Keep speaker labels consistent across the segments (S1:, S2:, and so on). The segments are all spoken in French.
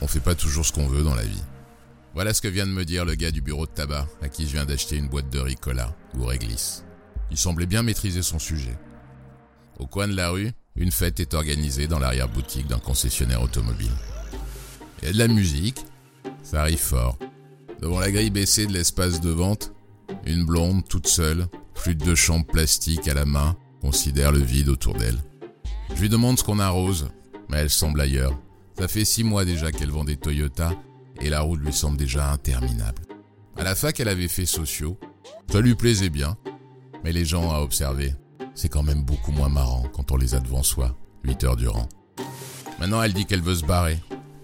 S1: on fait pas toujours ce qu'on veut dans la vie. Voilà ce que vient de me dire le gars du bureau de tabac à qui je viens d'acheter une boîte de Ricola ou réglisse. Il semblait bien maîtriser son sujet. Au coin de la rue, une fête est organisée dans l'arrière-boutique d'un concessionnaire automobile. Il y a de la musique, ça arrive fort. Devant la grille baissée de l'espace de vente, une blonde toute seule, flûte de chambre plastique à la main, considère le vide autour d'elle. Je lui demande ce qu'on arrose, mais elle semble ailleurs. Ça fait six mois déjà qu'elle vend des Toyota et la route lui semble déjà interminable. À la fac, elle avait fait sociaux. Ça lui plaisait bien. Mais les gens à observer, c'est quand même beaucoup moins marrant quand on les a devant soi, 8 heures durant. Maintenant, elle dit qu'elle veut se barrer.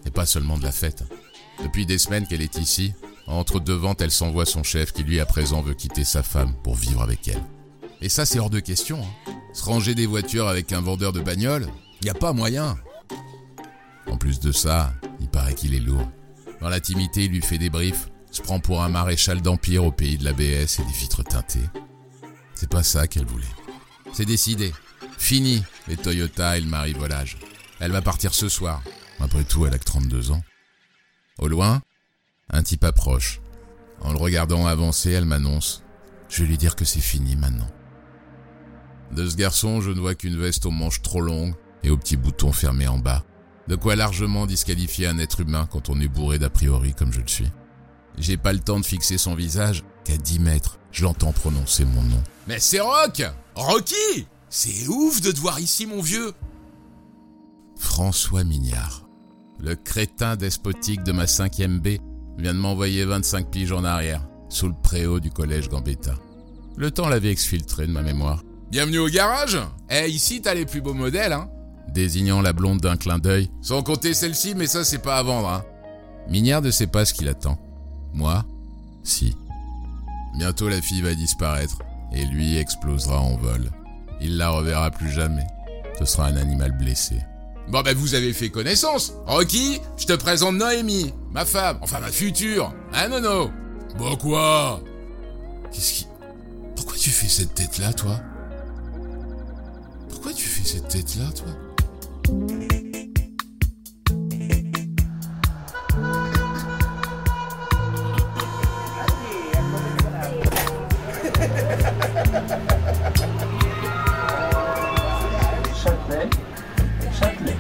S1: Et pas seulement de la fête. Depuis des semaines qu'elle est ici, entre deux ventes, elle s'envoie son chef qui lui à présent veut quitter sa femme pour vivre avec elle. Et ça, c'est hors de question. hein. Se ranger des voitures avec un vendeur de bagnole, y a pas moyen. En plus de ça, il paraît qu'il est lourd. Dans l'intimité, il lui fait des briefs, se prend pour un maréchal d'empire au pays de la BS et des vitres teintées. C'est pas ça qu'elle voulait. C'est décidé. Fini les Toyota et le marivolage. Elle va partir ce soir. Après tout, elle a que 32 ans. Au loin, un type approche. En le regardant avancer, elle m'annonce Je vais lui dire que c'est fini maintenant. De ce garçon, je ne vois qu'une veste aux manches trop longues et aux petits boutons fermés en bas. De quoi largement disqualifier un être humain quand on est bourré d'a priori comme je le suis. J'ai pas le temps de fixer son visage qu'à 10 mètres, je l'entends prononcer mon nom. Mais c'est Rock Rocky C'est ouf de te voir ici, mon vieux François Mignard. Le crétin despotique de ma 5e B vient de m'envoyer 25 piges en arrière, sous le préau du collège Gambetta. Le temps l'avait exfiltré de ma mémoire. Bienvenue au garage Eh, ici, t'as les plus beaux modèles, hein Désignant la blonde d'un clin d'œil. Sans compter celle-ci, mais ça, c'est pas à vendre, hein Mignard ne sait pas ce qu'il attend. Moi Si. Bientôt, la fille va disparaître, et lui explosera en vol. Il la reverra plus jamais. Ce sera un animal blessé. Bon ben vous avez fait connaissance. Rocky, je te présente Noémie, ma femme, enfin ma future. Hein nono Bon quoi Qu'est-ce qui... Pourquoi tu fais cette tête là toi Pourquoi tu fais cette tête là toi
S2: Châtelet. Châtelet.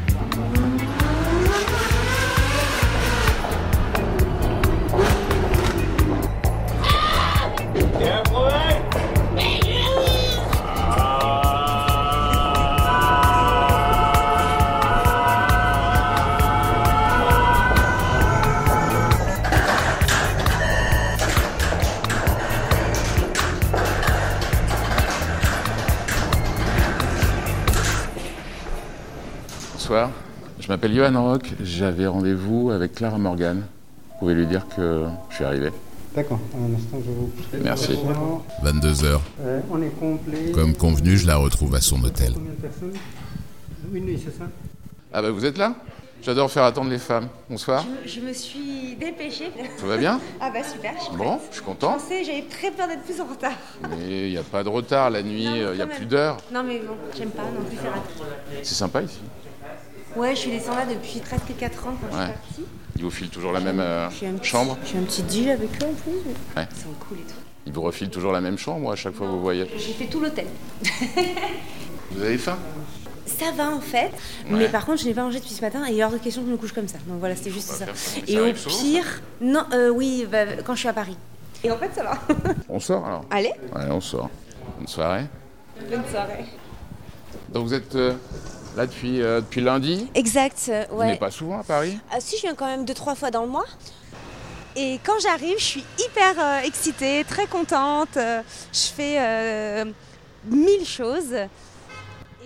S2: Bien prouvé
S3: Bonsoir, je m'appelle Johan Rock, j'avais rendez-vous avec Clara Morgan. Vous pouvez lui dire que je suis arrivé.
S4: D'accord, un instant je vous prie.
S3: Merci.
S4: Non,
S1: 22h.
S4: euh, on est complet.
S1: Comme convenu, je la retrouve à son hôtel.
S4: Combien de personnes Une nuit, c'est ça
S3: Ah bah vous êtes là J'adore faire attendre les femmes. Bonsoir,
S5: Je, je me suis dépêchée.
S3: tout va bien
S5: Ah bah super, je suis
S3: Bon,
S5: prête.
S3: je suis
S5: Je
S3: content.
S5: pensais, j'avais très peur d'être plus en retard.
S3: Mais il n'y a pas de retard la nuit,
S5: Non,
S3: il n'y a
S5: quand même.
S3: plus d'heures.
S5: Non mais bon, j'aime pas non plus faire attendre.
S3: C'est sympa ici.
S5: Ouais, je suis descendue là depuis presque 4 ans quand
S3: Ouais.
S5: je suis partie.
S3: Ils vous filent toujours la même euh,
S5: J'ai un petit-
S3: chambre.
S5: J'ai un petit deal avec eux en plus.
S3: Ouais.
S5: Ils sont cool et tout.
S3: Ils vous refilent toujours la même chambre à chaque fois que vous voyez.
S5: J'ai fait tout l'hôtel.
S3: Vous avez faim
S5: Ça va en fait, mais par contre je n'ai pas mangé depuis ce matin et il est hors de question que je me couche comme ça. Donc voilà, c'était juste ça.
S3: faire Bah, ça. Mais
S5: Et
S3: ça
S5: au
S3: arrive souvent,
S5: pire, non, euh, oui, bah, quand je suis à Paris. Et en fait ça va.
S3: On sort alors
S5: Allez,
S3: Ouais, on sort. Bonne soirée.
S5: bonne soirée.
S3: Donc vous êtes euh, là depuis, euh, depuis lundi
S5: Exact, euh,
S3: Vous
S5: ouais.
S3: n'êtes pas souvent à Paris
S5: Ah, si, je viens quand même deux, trois fois dans le mois. Et quand j'arrive, je suis hyper euh, excitée, très contente. euh, je fais euh, mille choses.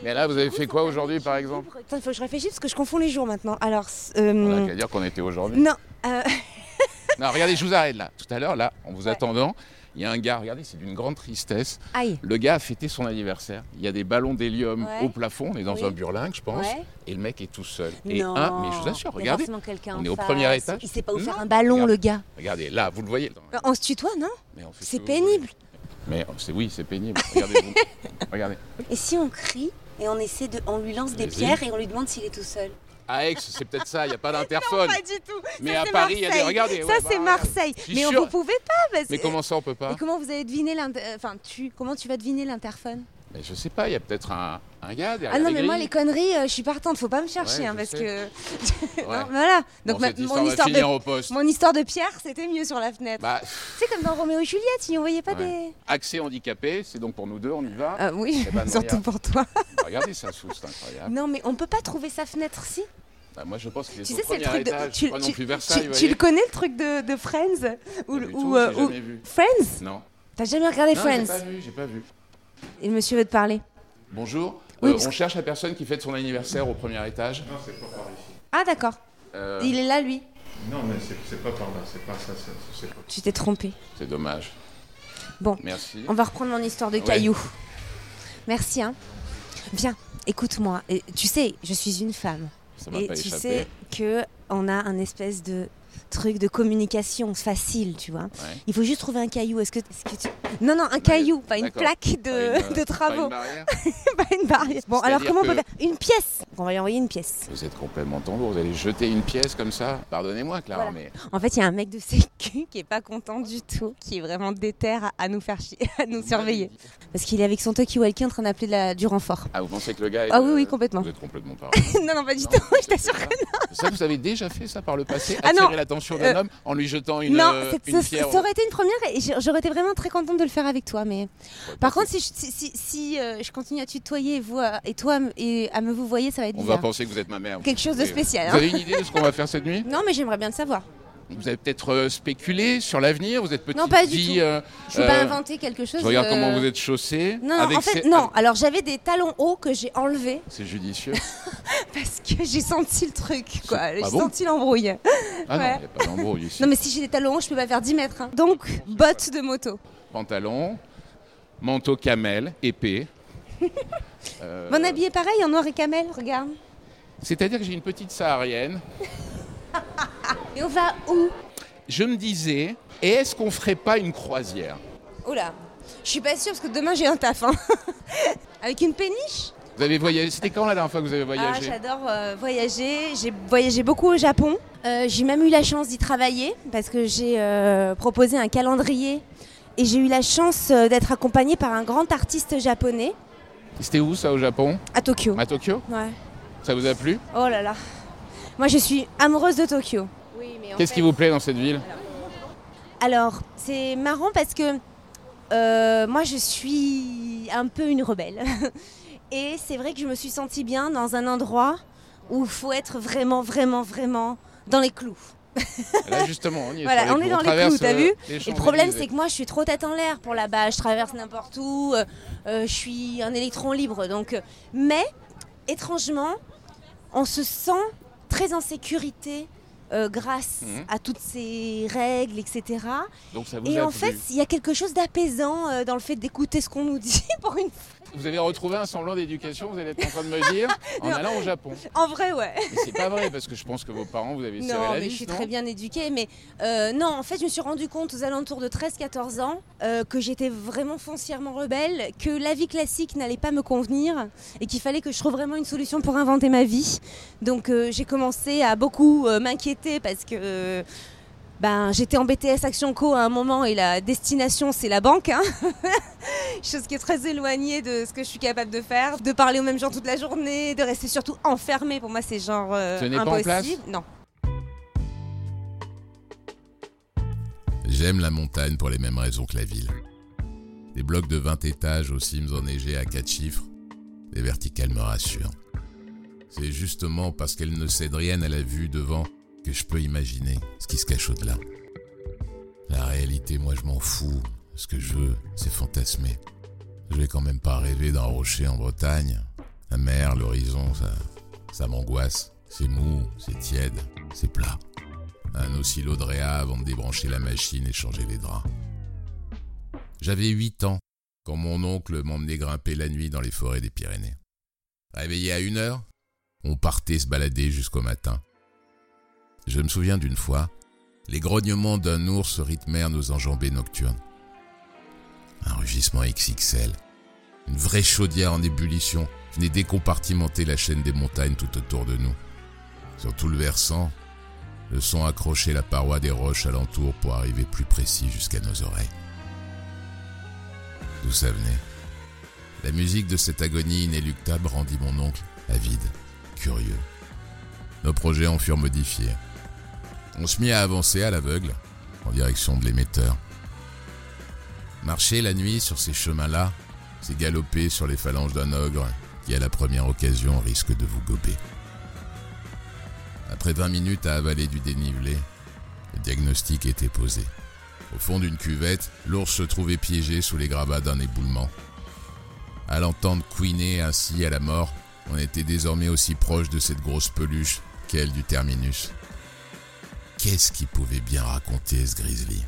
S3: Mais là, vous avez fait quoi aujourd'hui, par exemple Oh,
S5: Attends, il faut que je réfléchisse parce que je confonds les jours maintenant. Alors, c-
S3: On
S5: euh,
S3: a qu'à dire qu'on était aujourd'hui.
S5: non, euh,
S3: Non, regardez, je vous arrête là. Tout à l'heure, là, en vous
S5: Ouais.
S3: attendant, il y a un gars, regardez, c'est d'une grande tristesse.
S5: aïe.
S3: Le gars a fêté son anniversaire. Il y a des ballons d'hélium
S5: Ouais.
S3: au plafond, on est dans
S5: Oui.
S3: un burlingue, je pense.
S5: Ouais.
S3: Et le mec est tout seul. Et
S5: non.
S3: un, mais je vous assure,
S5: Il y a
S3: regardez,
S5: forcément quelqu'un
S3: on
S5: en
S3: est au
S5: face.
S3: premier étage.
S5: Il sait pas où
S3: Non,
S5: faire un ballon,
S3: regarde.
S5: le gars.
S3: regardez, là, vous le voyez. Non,
S5: Euh, On se tutoie, non
S3: mais on fait ce
S5: C'est
S3: que vous
S5: pénible.
S3: voulez. Mais oh, c'est oui, c'est pénible. Regardez, vous. regardez.
S5: Et si on crie et on essaie de, on lui lance des
S3: Vas-y.
S5: pierres et on lui demande s'il est tout seul.
S3: Ah,
S1: À Aix, c'est peut-être ça, il n'y a pas
S5: Non,
S1: d'interphone.
S5: pas du tout. Ça,
S1: Mais à
S5: c'est
S1: Paris, il y a des-
S5: Marseille.
S1: regardez,
S5: Ça,
S1: ouais,
S5: c'est
S1: bah,
S5: Marseille.
S1: je suis
S5: Mais on
S1: sûr.
S5: vous pouvez pas. Parce...
S1: Mais comment ça, on peut
S5: Et
S1: pas
S5: comment vous avez deviné l'inter... Enfin, tu... Comment tu vas deviner l'interphone
S1: Mais je sais pas, il y a peut-être un, un gars derrière.
S5: Ah non,
S1: les
S5: mais moi,
S1: grilles.
S5: les conneries, euh, je suis partante. Faut pas me chercher,
S1: Ouais,
S5: hein,
S1: je
S5: parce
S1: sais.
S5: que...
S1: Ouais.
S5: Non, voilà.
S1: Bon,
S5: Donc, ma-
S1: cette
S5: mon,
S1: va
S5: histoire
S1: finir
S5: de...
S1: au poste.
S5: mon histoire de Pierre, c'était mieux sur la fenêtre.
S1: Bah,
S5: C'est comme dans Roméo et Juliette, ils n'y voyait pas
S1: Ouais.
S5: des...
S1: accès handicapé, c'est donc pour nous deux, on y va.
S5: Ah oui,
S1: Eh ben, non, y
S5: surtout
S1: a- Ah.
S5: pour toi.
S1: Regardez ça sous, c'est incroyable.
S5: Non, mais on peut pas trouver sa fenêtre, si
S1: Bah, moi, je pense que
S5: Tu
S1: c'est au
S5: sais, c'est
S1: premier
S5: le truc de.
S1: étage,
S5: Tu,
S1: pas non
S5: tu-
S1: plus
S5: tu-
S1: Versailles, vous
S5: tu le
S1: voyez.
S5: connais le truc de, de Friends Ou,
S1: Pas du
S5: ou,
S1: tout,
S5: euh,
S1: j'ai
S5: ou-
S1: jamais vu.
S5: Friends
S1: Non.
S5: T'as jamais regardé
S1: Non, j'ai
S5: Friends
S1: pas vu, j'ai pas vu.
S5: Et le monsieur veut te parler.
S1: Bonjour.
S5: Oui,
S1: Euh,
S5: parce
S1: on cherche la personne qui fête son anniversaire au premier étage.
S5: Ah, d'accord.
S1: Euh,
S5: Il est là, lui.
S6: Non, mais c'est c'est pas par là, c'est pas ça, ça, c'est pas
S5: Tu t'es trompé.
S1: C'est dommage.
S5: Bon,
S1: Merci.
S5: on va reprendre mon histoire de
S1: Ouais.
S5: cailloux. Merci, hein. Bien, écoute-moi. Et Tu sais, je suis une femme.
S1: Ça m'a
S5: Et
S1: pas
S5: tu
S1: échappé.
S5: sais que on a un espèce de truc de communication facile, tu vois. Il faut juste trouver un caillou. Est-ce que, est-ce que tu- Non, non, un caillou, pas une
S1: d'accord.
S5: plaque
S1: Pas
S5: de,
S1: une, euh,
S5: de
S1: pas
S5: travaux,
S1: une barrière.
S5: pas une barrière. Bon, alors
S1: C'est-à-dire
S5: comment on peut
S1: que-
S5: faire Une pièce On va lui envoyer une pièce.
S1: Vous êtes complètement tambour. Vous allez jeter une pièce comme ça. Pardonnez-moi, Clara,
S5: Voilà.
S1: mais
S5: En fait, il y a un mec de sécu qui est pas content du tout, qui est vraiment déter à- à nous faire chier, à nous
S1: Vous
S5: surveiller.
S1: m'avez dit-
S5: Parce qu'il est avec son talkie walkie en train d'appeler de la- du renfort.
S1: Ah, vous pensez que le gars. est,
S5: Ah oui,
S1: euh,
S5: oui, complètement.
S1: Vous êtes complètement taré.
S5: non, non, pas du
S1: Non,
S5: tout, Ah, je
S1: c'est
S5: t'assure que
S1: pas ça. Ça, vous avez déjà fait ça par le passé
S5: Ah non,
S1: Attirer l'attention d'un
S5: euh,
S1: homme en lui jetant une,
S5: non,
S1: euh,
S5: c'est-
S1: une
S5: ce-
S1: pierre
S5: ça aurait été une première et j'- j'aurais été vraiment très contente de le faire avec toi. Mais
S1: Ouais,
S5: par
S1: parce
S5: contre, si je, si, si- si, euh, je continue à tutoyer et, vous, à- et toi à me- et à me vous voyez, ça va être
S1: que On va
S5: bizarre.
S1: penser que vous êtes ma mère.
S5: Quelque chose de
S1: Oui.
S5: spécial.
S1: Vous
S5: hein.
S1: avez une idée de ce qu'on va faire cette nuit
S5: Non, mais j'aimerais bien le savoir.
S1: Vous avez peut-être euh, spéculé sur l'avenir Vous êtes peut-être
S5: Non, pas du
S1: dit,
S5: tout.
S1: euh,
S5: Je veux pas
S1: euh,
S5: inventer quelque chose.
S1: Je regarde
S5: euh,
S1: comment vous êtes chaussé.
S5: Non, non, en fait, non. Alors j'avais des talons hauts que j'ai enlevés
S1: C'est judicieux.
S5: parce que j'ai senti le truc, quoi.
S1: Ah
S5: j'ai
S1: bon
S5: senti l'embrouille.
S1: Ah non,
S5: Ouais.
S1: il n'y a pas d'embrouille ici.
S5: Non, mais si j'ai des talons hauts, je peux pas faire 10 mètres. hein. Donc, bottes de moto.
S1: Euh. Pantalon, manteau camel, épée. Euh,
S5: Mon habillé pareil en noir et camel, regarde.
S1: C'est-à-dire que j'ai une petite saharienne.
S5: Et on va où
S1: Je me disais, et est-ce qu'on ferait pas une croisière
S5: Oh là, je suis pas sûre parce que demain j'ai un taf. hein. Avec une péniche
S1: Vous avez voyagé C'était quand la dernière fois que vous avez
S5: Ah,
S1: voyagé
S5: j'adore euh, voyager. J'ai voyagé beaucoup au Japon. Euh, j'ai même eu la chance d'y travailler parce que j'ai euh, proposé un calendrier. Et j'ai eu la chance euh, d'être accompagnée par un grand artiste japonais
S1: C'était où ça au Japon
S5: à Tokyo.
S1: À Tokyo
S5: Ouais.
S1: Ça vous a plu
S5: Oh là là. Moi, je suis amoureuse de Tokyo.
S1: Qu'est-ce qui vous plaît dans cette ville
S5: Alors, c'est marrant parce que euh, moi, je suis un peu une rebelle. Et c'est vrai que je me suis sentie bien dans un endroit où il faut être vraiment, vraiment, vraiment dans les clous.
S1: Là justement, on y est.
S5: Voilà,
S1: sur
S5: on est dans les
S1: traverse,
S5: clous, t'as
S1: euh,
S5: vu
S1: les
S5: Et le problème,
S1: Champs-Élysées.
S5: c'est que moi, je suis trop tête en l'air pour là-bas. Je traverse n'importe où. euh, euh, je suis un électron libre. Donc, euh, mais étrangement, on se sent très en sécurité euh, grâce
S1: Mhm.
S5: à toutes ces règles, etc.
S1: Donc ça vous
S5: Et
S1: a
S5: en
S1: plu.
S5: fait, il y a quelque chose d'apaisant euh, dans le fait d'écouter ce qu'on nous dit pour une.
S1: Vous avez retrouvé un semblant d'éducation, vous allez être en train de me dire, en
S5: Non.
S1: allant au Japon.
S5: En vrai, ouais.
S1: Mais c'est pas vrai, parce que je pense que vos parents, vous avez serré
S5: Non,
S1: la
S5: mais
S1: vis,
S5: je suis
S1: non
S5: très bien éduquée. Mais euh, non, en fait, je me suis rendu compte aux alentours de 13-14 ans euh, que j'étais vraiment foncièrement rebelle, que la vie classique n'allait pas me convenir et qu'il fallait que je trouve vraiment une solution pour inventer ma vie. Donc euh, j'ai commencé à beaucoup euh, m'inquiéter parce que. euh, ben, j'étais en BTS Action Co à un moment et la destination c'est la banque, hein. chose qui est très éloignée de ce que je suis capable de faire, de parler aux mêmes gens toute la journée, de rester surtout enfermée. Pour moi c'est genre euh,
S1: Ce n'est pas en
S5: impossible.
S1: place
S5: non.
S7: J'aime la montagne pour les mêmes raisons que la ville. Des blocs de 20 étages aux cimes enneigées à 4 chiffres, les verticales me rassurent. C'est justement parce qu'elles ne cèdent rien à la vue devant que je peux imaginer ce qui se cache au-delà. La réalité, moi je m'en fous. Ce que je veux, c'est fantasmer. Je vais quand même pas rêver d'un rocher en Bretagne. La mer, l'horizon, ça, ça m'angoisse. C'est mou, c'est tiède, c'est plat. Un oscillo de réa avant de débrancher la machine et changer les draps. J'avais 8 ans quand mon oncle m'emmenait grimper la nuit dans les forêts des Pyrénées. Réveillé à une heure, on partait se balader jusqu'au matin. Je me souviens d'une fois, les grognements d'un ours rythmèrent nos enjambées nocturnes. Un rugissement XXL, une vraie chaudière en ébullition venait décompartimenter la chaîne des montagnes tout autour de nous. Sur tout le versant, le son accrochait la paroi des roches alentour pour arriver plus précis jusqu'à nos oreilles. D'où ça venait La musique de cette agonie inéluctable rendit mon oncle avide, curieux. Nos projets en furent modifiés. On se mit à avancer à l'aveugle, en direction de l'émetteur. Marcher la nuit sur ces chemins-là, c'est galoper sur les phalanges d'un ogre qui, à la première occasion, risque de vous gober. Après 20 minutes à avaler du dénivelé, le diagnostic était posé. Au fond d'une cuvette, l'ours se trouvait piégé sous les gravats d'un éboulement. À l'entendre couiner ainsi à la mort, on était désormais aussi proche de cette grosse peluche qu'elle du terminus. Qu'est-ce qu'il pouvait bien raconter ce grizzly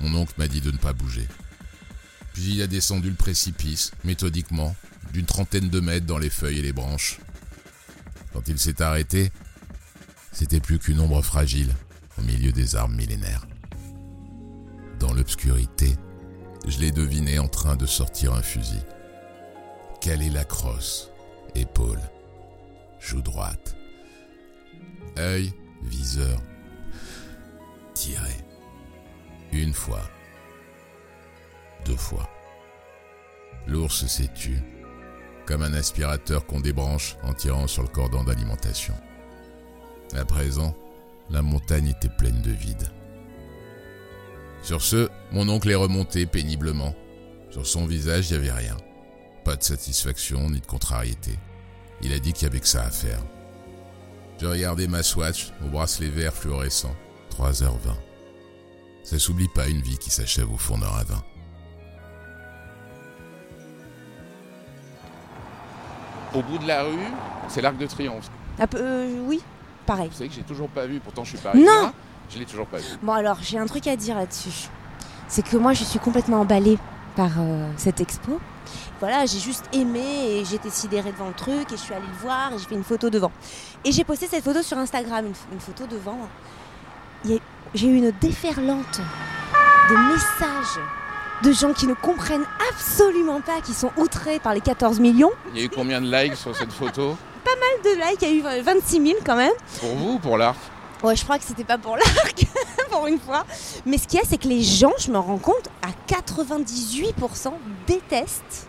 S7: Mon oncle m'a dit de ne pas bouger. Puis il a descendu le précipice, méthodiquement, d'une trentaine de mètres dans les feuilles et les branches. Quand il s'est arrêté, c'était plus qu'une ombre fragile au milieu des arbres millénaires. Dans l'obscurité, je l'ai deviné en train de sortir un fusil. Caler la crosse, épaule, joue droite, œil, viseur, tirer. Une fois, deux fois. L'ours s'est tu, comme un aspirateur qu'on débranche en tirant sur le cordon d'alimentation. À présent, la montagne était pleine de vide. Sur ce, mon oncle est remonté péniblement. Sur son visage, il n'y avait rien. Pas de satisfaction ni de contrariété. Il a dit qu'il n'y avait que ça à faire. Je regardais ma swatch au bracelet vert fluorescent. 3h20. Ça s'oublie pas une vie qui s'achève au fond d'un ravin.
S1: Au bout de la rue, c'est l'Arc de Triomphe.
S5: Ah, peu- euh, oui, pareil.
S1: Vous savez que j'ai toujours pas vu, pourtant je suis pas
S5: Non
S1: Je l'ai toujours pas vu.
S5: Bon alors, j'ai un truc à dire là-dessus. C'est que moi, je suis complètement emballée par euh, cette expo. Voilà, j'ai juste aimé et j'étais sidérée devant le truc et je suis allée le voir et j'ai fait une photo devant. Et j'ai posté cette photo sur Instagram, une, ph- une photo devant. Il y a- J'ai eu une déferlante de messages de gens qui ne comprennent absolument pas, qui sont outrés par les 14 millions.
S1: Il y a eu combien de likes sur cette photo
S5: Mal de likes, il y a eu 26 000 quand même.
S1: Pour vous ou pour l'Arc
S5: Ouais, je crois que c'était pas pour l'arc, pour une fois. Mais ce qu'il y a, c'est que les gens, je me rends compte, à 98% détestent.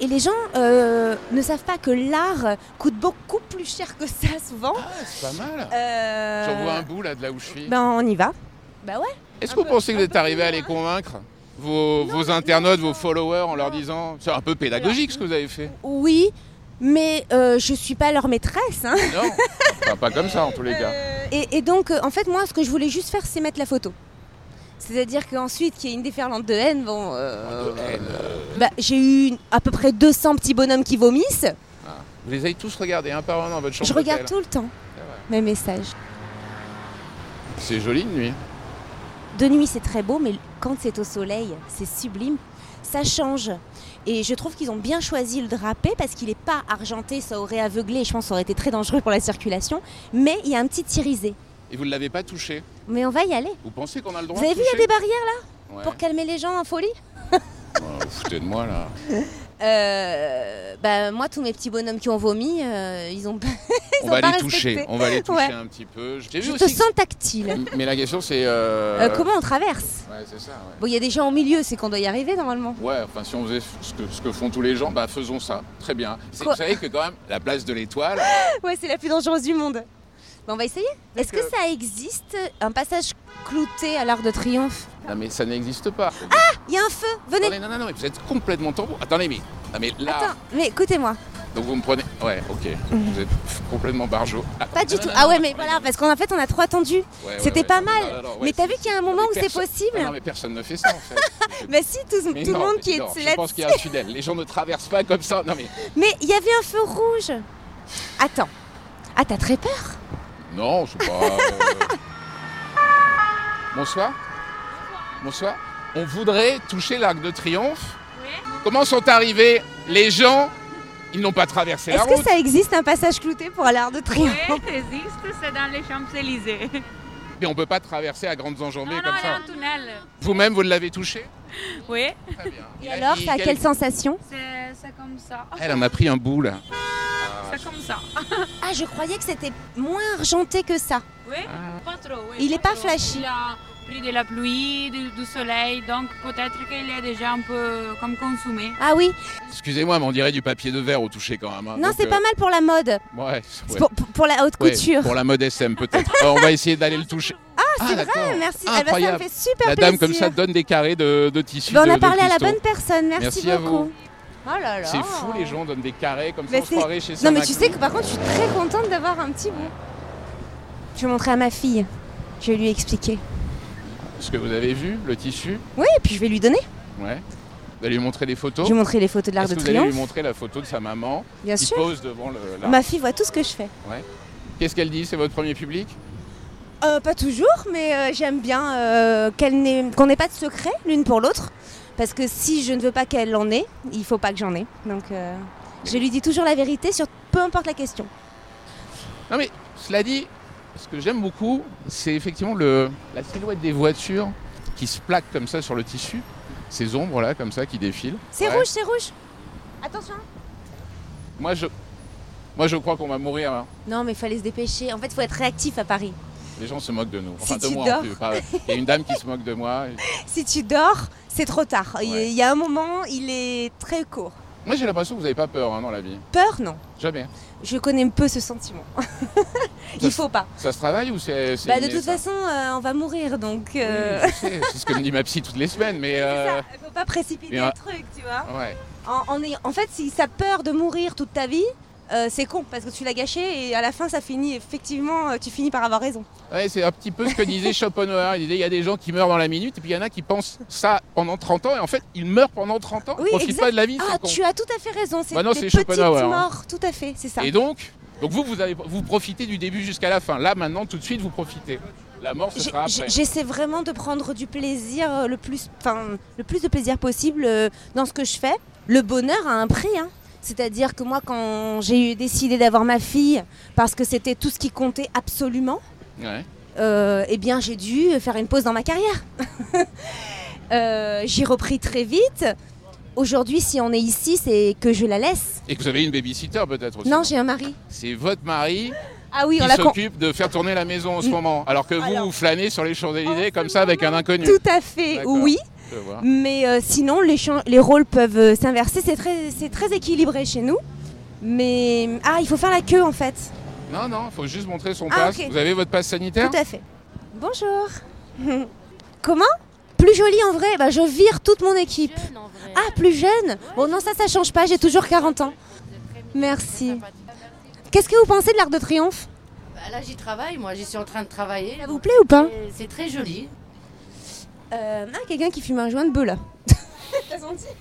S5: Et les gens euh, ne savent pas que l'art coûte beaucoup plus cher que ça, souvent.
S1: Ah, c'est pas mal
S5: Euh,
S1: J'en vois un bout là de là où je suis.
S5: Ben, on y va. Bah ouais.
S1: Est-ce
S5: un
S1: que vous
S5: peu-
S1: pensez que vous
S5: un
S1: êtes
S5: peu
S1: arrivé à
S5: plus
S1: les
S5: loin,
S1: convaincre vos, vos internautes, vos followers en leur disant c'est un peu pédagogique ce que vous avez fait
S5: Oui, mais euh, je suis pas leur maîtresse. hein.
S1: Non Enfin, Pas comme ça en tous les cas.
S5: Et, et donc, euh, en fait, moi, ce que je voulais juste faire, c'est mettre la photo. C'est-à-dire qu'ensuite, qu'il y ait une déferlante de haine, bon. euh,
S1: De haine.
S5: bah, j'ai eu une- à peu près 200 petits bonhommes qui vomissent.
S1: Vous les avez tous regardés un par un dans votre chambre
S5: Je regarde
S1: d'hôtel.
S5: tout le temps
S1: Ah ouais.
S5: mes messages.
S1: C'est joli une nuit.
S5: De nuit, c'est très beau, mais quand c'est au soleil, c'est sublime. Ça change. Et je trouve qu'ils ont bien choisi le drapé parce qu'il n'est pas argenté, ça aurait aveuglé, je pense que ça aurait été très dangereux pour la circulation. Mais il y a un petit irisé.
S1: Et vous ne l'avez pas touché.
S5: Mais on va y aller.
S1: Vous pensez qu'on a le droit
S5: Vous avez
S1: de
S5: vu, il y a des
S1: toucher
S5: barrières
S1: Ouais.
S5: pour calmer les gens en folie
S1: Oh, vous foutez de moi là.
S5: euh, bah, Moi, tous mes petits bonhommes qui ont vomi, euh, ils ont.
S1: on
S5: ont
S1: va
S5: pas
S1: les toucher.
S5: respecté.
S1: On va les toucher
S5: Ouais.
S1: un petit peu. J'ai vu
S5: je te
S1: aussi.
S5: sens tactile.
S1: que- Mais la question c'est.
S5: Euh,
S1: euh,
S5: comment on traverse
S1: Ouais, c'est ça. ouais.
S5: Bon, il y a des gens au milieu, c'est qu'on doit y arriver normalement.
S1: Ouais, enfin, si on faisait ce que, ce que font tous les gens, bah faisons ça. Très bien. C'est-
S5: Quoi
S1: Vous savez que quand même, la place de l'étoile,
S5: Ouais, c'est la plus dangereuse du monde. Bah, on va essayer. Est-ce que ça existe, un passage clouté à l'Arc de Triomphe
S1: non mais ça n'existe pas.
S5: Il y a un feu, venez
S1: Attendez, non, non, non, mais vous êtes complètement tambour. Attendez, mais, non, mais là,
S5: Attends, mais écoutez-moi,
S1: donc vous me prenez. Ouais, ok. Vous êtes complètement barjot. Ah,
S5: pas
S1: non,
S5: du
S1: non,
S5: tout.
S1: non,
S5: Ah
S1: non,
S5: ouais,
S1: non,
S5: mais
S1: non,
S5: voilà,
S1: non,
S5: parce qu'en fait, on a trop attendu.
S1: ouais, ouais,
S5: C'était
S1: ouais,
S5: pas
S1: non,
S5: mal.
S1: non, non, ouais,
S5: mais t'as vu qu'il y a un moment
S1: mais
S5: où c'est
S1: personne- Ah
S5: possible
S1: Non, non, mais personne ne fait ça en fait.
S5: Bah si, tout, tout
S1: Mais
S5: le
S1: non,
S5: monde
S1: mais
S5: qui est
S1: non,
S5: là.
S1: Je pense qu'il y a un tunnel. Les gens ne traversent pas comme ça. Non, mais.
S5: Mais il y avait un feu rouge. Attends. Ah, t'as très peur
S1: Non, c'est pas. euh, Bonsoir. Bonsoir. On voudrait toucher l'Arc de Triomphe. Comment sont arrivés les gens Ils n'ont pas traversé la
S5: Est-ce que
S1: route.
S5: ça existe, un passage clouté pour l'Arc de
S8: Oui,
S5: Triomphe
S8: ça existe, c'est dans les Champs-Élysées.
S1: Mais on peut pas traverser à grandes enjambées
S8: Non,
S1: comme
S8: non, il y a
S1: ça.
S8: un tunnel.
S1: Vous-même, vous l'avez touché
S8: Oui,
S1: Très bien. Eh,
S5: Et alors, ça a quelle sensation
S1: Ah,
S8: c'est c'est comme ça.
S1: Elle en a pris un bout là.
S8: C'est c'est comme ça.
S5: Ah, je croyais que c'était moins argenté que ça.
S8: Oui, pas trop. oui,
S5: Il est pas
S8: trop.
S5: flashy.
S8: Il a pris de la pluie, du, du soleil, donc peut-être qu'il est déjà un peu comme consumé.
S5: Ah oui
S1: Excusez-moi, mais on dirait du papier de verre au toucher quand même. hein.
S5: Non,
S1: Donc,
S5: c'est
S1: euh,
S5: pas mal pour la mode.
S1: Ouais,
S5: C'est
S1: ouais,
S5: Pour, pour- pour la haute
S1: ouais,
S5: couture.
S1: pour la mode SM peut-être. Euh, on va essayer d'aller le toucher.
S5: Ah, c'est
S1: d'accord.
S5: vrai, merci. Ah, bah, ça me
S1: Incroyable.
S5: fait super
S1: La
S5: plaisir.
S1: dame comme ça donne des carrés de, de tissu.
S5: Bah, on
S1: de-
S5: a
S1: de
S5: parlé à la
S1: piston.
S5: bonne personne, merci,
S1: Merci à
S5: beaucoup.
S1: vous.
S5: Oh là là.
S1: C'est fou, les gens donnent des carrés comme ça,
S5: Mais
S1: on se
S5: c'est-
S1: croirait chez
S5: Non,
S1: Saint
S5: mais tu sais que par contre, je suis très contente d'avoir un petit bout. Je vais montrer à ma fille. Je vais lui expliquer.
S1: Ce que vous avez vu, le tissu,
S5: Oui, et puis je vais lui donner.
S1: ouais. Vous allez lui montrer les photos.
S5: Je vais montrer les photos de l'Arc
S1: Oh. Est-ce
S5: de
S1: que vous allez lui
S5: Triomphe.
S1: montrer la photo de sa maman
S5: Bien
S1: qui
S5: sûr.
S1: pose devant le. l'arbre
S5: Ma fille voit tout ce que je fais.
S1: Qu'est-ce qu'elle dit C'est votre premier public
S5: Euh, pas toujours, mais euh, j'aime bien euh, qu'elle n'ait- qu'on n'ait pas de secret l'une pour l'autre. Parce que si je ne veux pas qu'elle en ait, il faut pas que j'en ai. Donc euh, je lui dis toujours la vérité sur peu importe la question.
S1: Non mais cela dit, ce que j'aime beaucoup, c'est effectivement le, la silhouette des voitures qui se plaquent comme ça sur le tissu, ces ombres là comme ça qui défilent.
S5: C'est
S1: Ouais.
S5: rouge, c'est rouge. Attention.
S1: Moi je, moi je crois qu'on va mourir. hein.
S5: Non, mais il fallait se dépêcher. En fait, il faut être réactif à Paris.
S1: Les gens se moquent de nous. Enfin
S5: Si
S1: de
S5: tu
S1: moi
S5: dors.
S1: en plus. pas- Il y a une dame qui se moque de moi.
S5: Si tu dors, c'est trop tard. Il y a-
S1: Ouais.
S5: il y a un moment, il est très court.
S1: Moi j'ai l'impression que vous n'avez pas peur hein, dans la vie.
S5: Peur, non.
S1: Jamais.
S5: Je connais peu ce sentiment. il faut pas.
S1: Ça se travaille ou c'est. c'est
S5: Bah, de
S1: inné,
S5: toute
S1: ça
S5: façon, euh, on va mourir, donc
S1: Oui,
S5: euh,
S1: je sais, c'est ce que me dit ma psy toutes les semaines, mais euh,
S5: ça, faut pas précipiter
S1: mais,
S5: le
S1: euh,
S5: truc, tu vois.
S1: ouais.
S5: En, en ayant- en fait, si ça peur de mourir toute ta vie, euh, c'est con parce que tu l'as gâché et à la fin, ça finit effectivement, euh, tu finis par avoir raison.
S1: Ouais, c'est un petit peu ce que disait Schopenhauer. Il disait il y a des gens qui meurent dans la minute, et puis il y en a qui pensent ça pendant 30 ans, et en fait, ils meurent pendant 30 ans.
S5: Oui,
S1: ils profitent
S5: exact.
S1: pas de la vie,
S5: Ah,
S1: c'est con.
S5: tu as tout à fait raison. C'est
S1: Bah non,
S5: des
S1: c'est
S5: petites
S1: Schopenhauer, hein.
S5: morts, tout à fait, c'est ça.
S1: Et donc, donc vous, vous, avez, vous profitez du début jusqu'à la fin. Là, maintenant, tout de suite, vous profitez. La mort, ce
S5: J'ai-
S1: sera
S5: j'ai-
S1: après.
S5: J'essaie vraiment de prendre du plaisir, euh, le plus, enfin, le plus de plaisir possible euh, dans ce que je fais. Le bonheur a un prix. hein. C'est-à-dire que moi, quand j'ai eu- décidé d'avoir ma fille, parce que c'était tout ce qui comptait absolument,
S1: Ouais.
S5: euh, eh bien, j'ai dû faire une pause dans ma carrière. Euh, j'ai repris très vite. Aujourd'hui, si on est ici, c'est que je la laisse.
S1: Et que vous avez une babysitter peut-être aussi.
S5: Non, j'ai un mari.
S1: C'est votre mari
S5: Ah oui, on
S1: qui
S5: l'a con-
S1: s'occupe de faire tourner la maison en ce
S5: Mm.
S1: moment, alors que vous,
S5: Alors.
S1: vous flânez sur les Champs-Élysées
S5: En
S1: comme
S5: ce
S1: ça avec un
S5: moment,
S1: inconnu.
S5: Tout à fait,
S1: D'accord. Ah.
S5: oui.
S1: Je vois.
S5: Mais euh, sinon, les, chan- les rôles peuvent euh, s'inverser. C'est très, c'est très équilibré chez nous. Mais ah, il faut faire la queue en fait.
S1: Non, non, faut juste montrer son
S5: Ah,
S1: passe.
S5: ok.
S1: Vous avez votre passe sanitaire
S5: Tout à fait. Bonjour. Comment Plus jolie en vrai Bah, je vire toute mon équipe. Ah, plus jeune Bon, non, ça, ça change pas. J'ai toujours 40 ans. Merci. Qu'est-ce que vous pensez de l'Arc de Triomphe
S9: Bah Là, j'y travaille, moi, j'y suis en train de travailler.
S5: Ça vous plaît hein ou pas
S9: Et C'est très joli.
S5: Euh, Ah, quelqu'un qui fume un joint de bœuf là.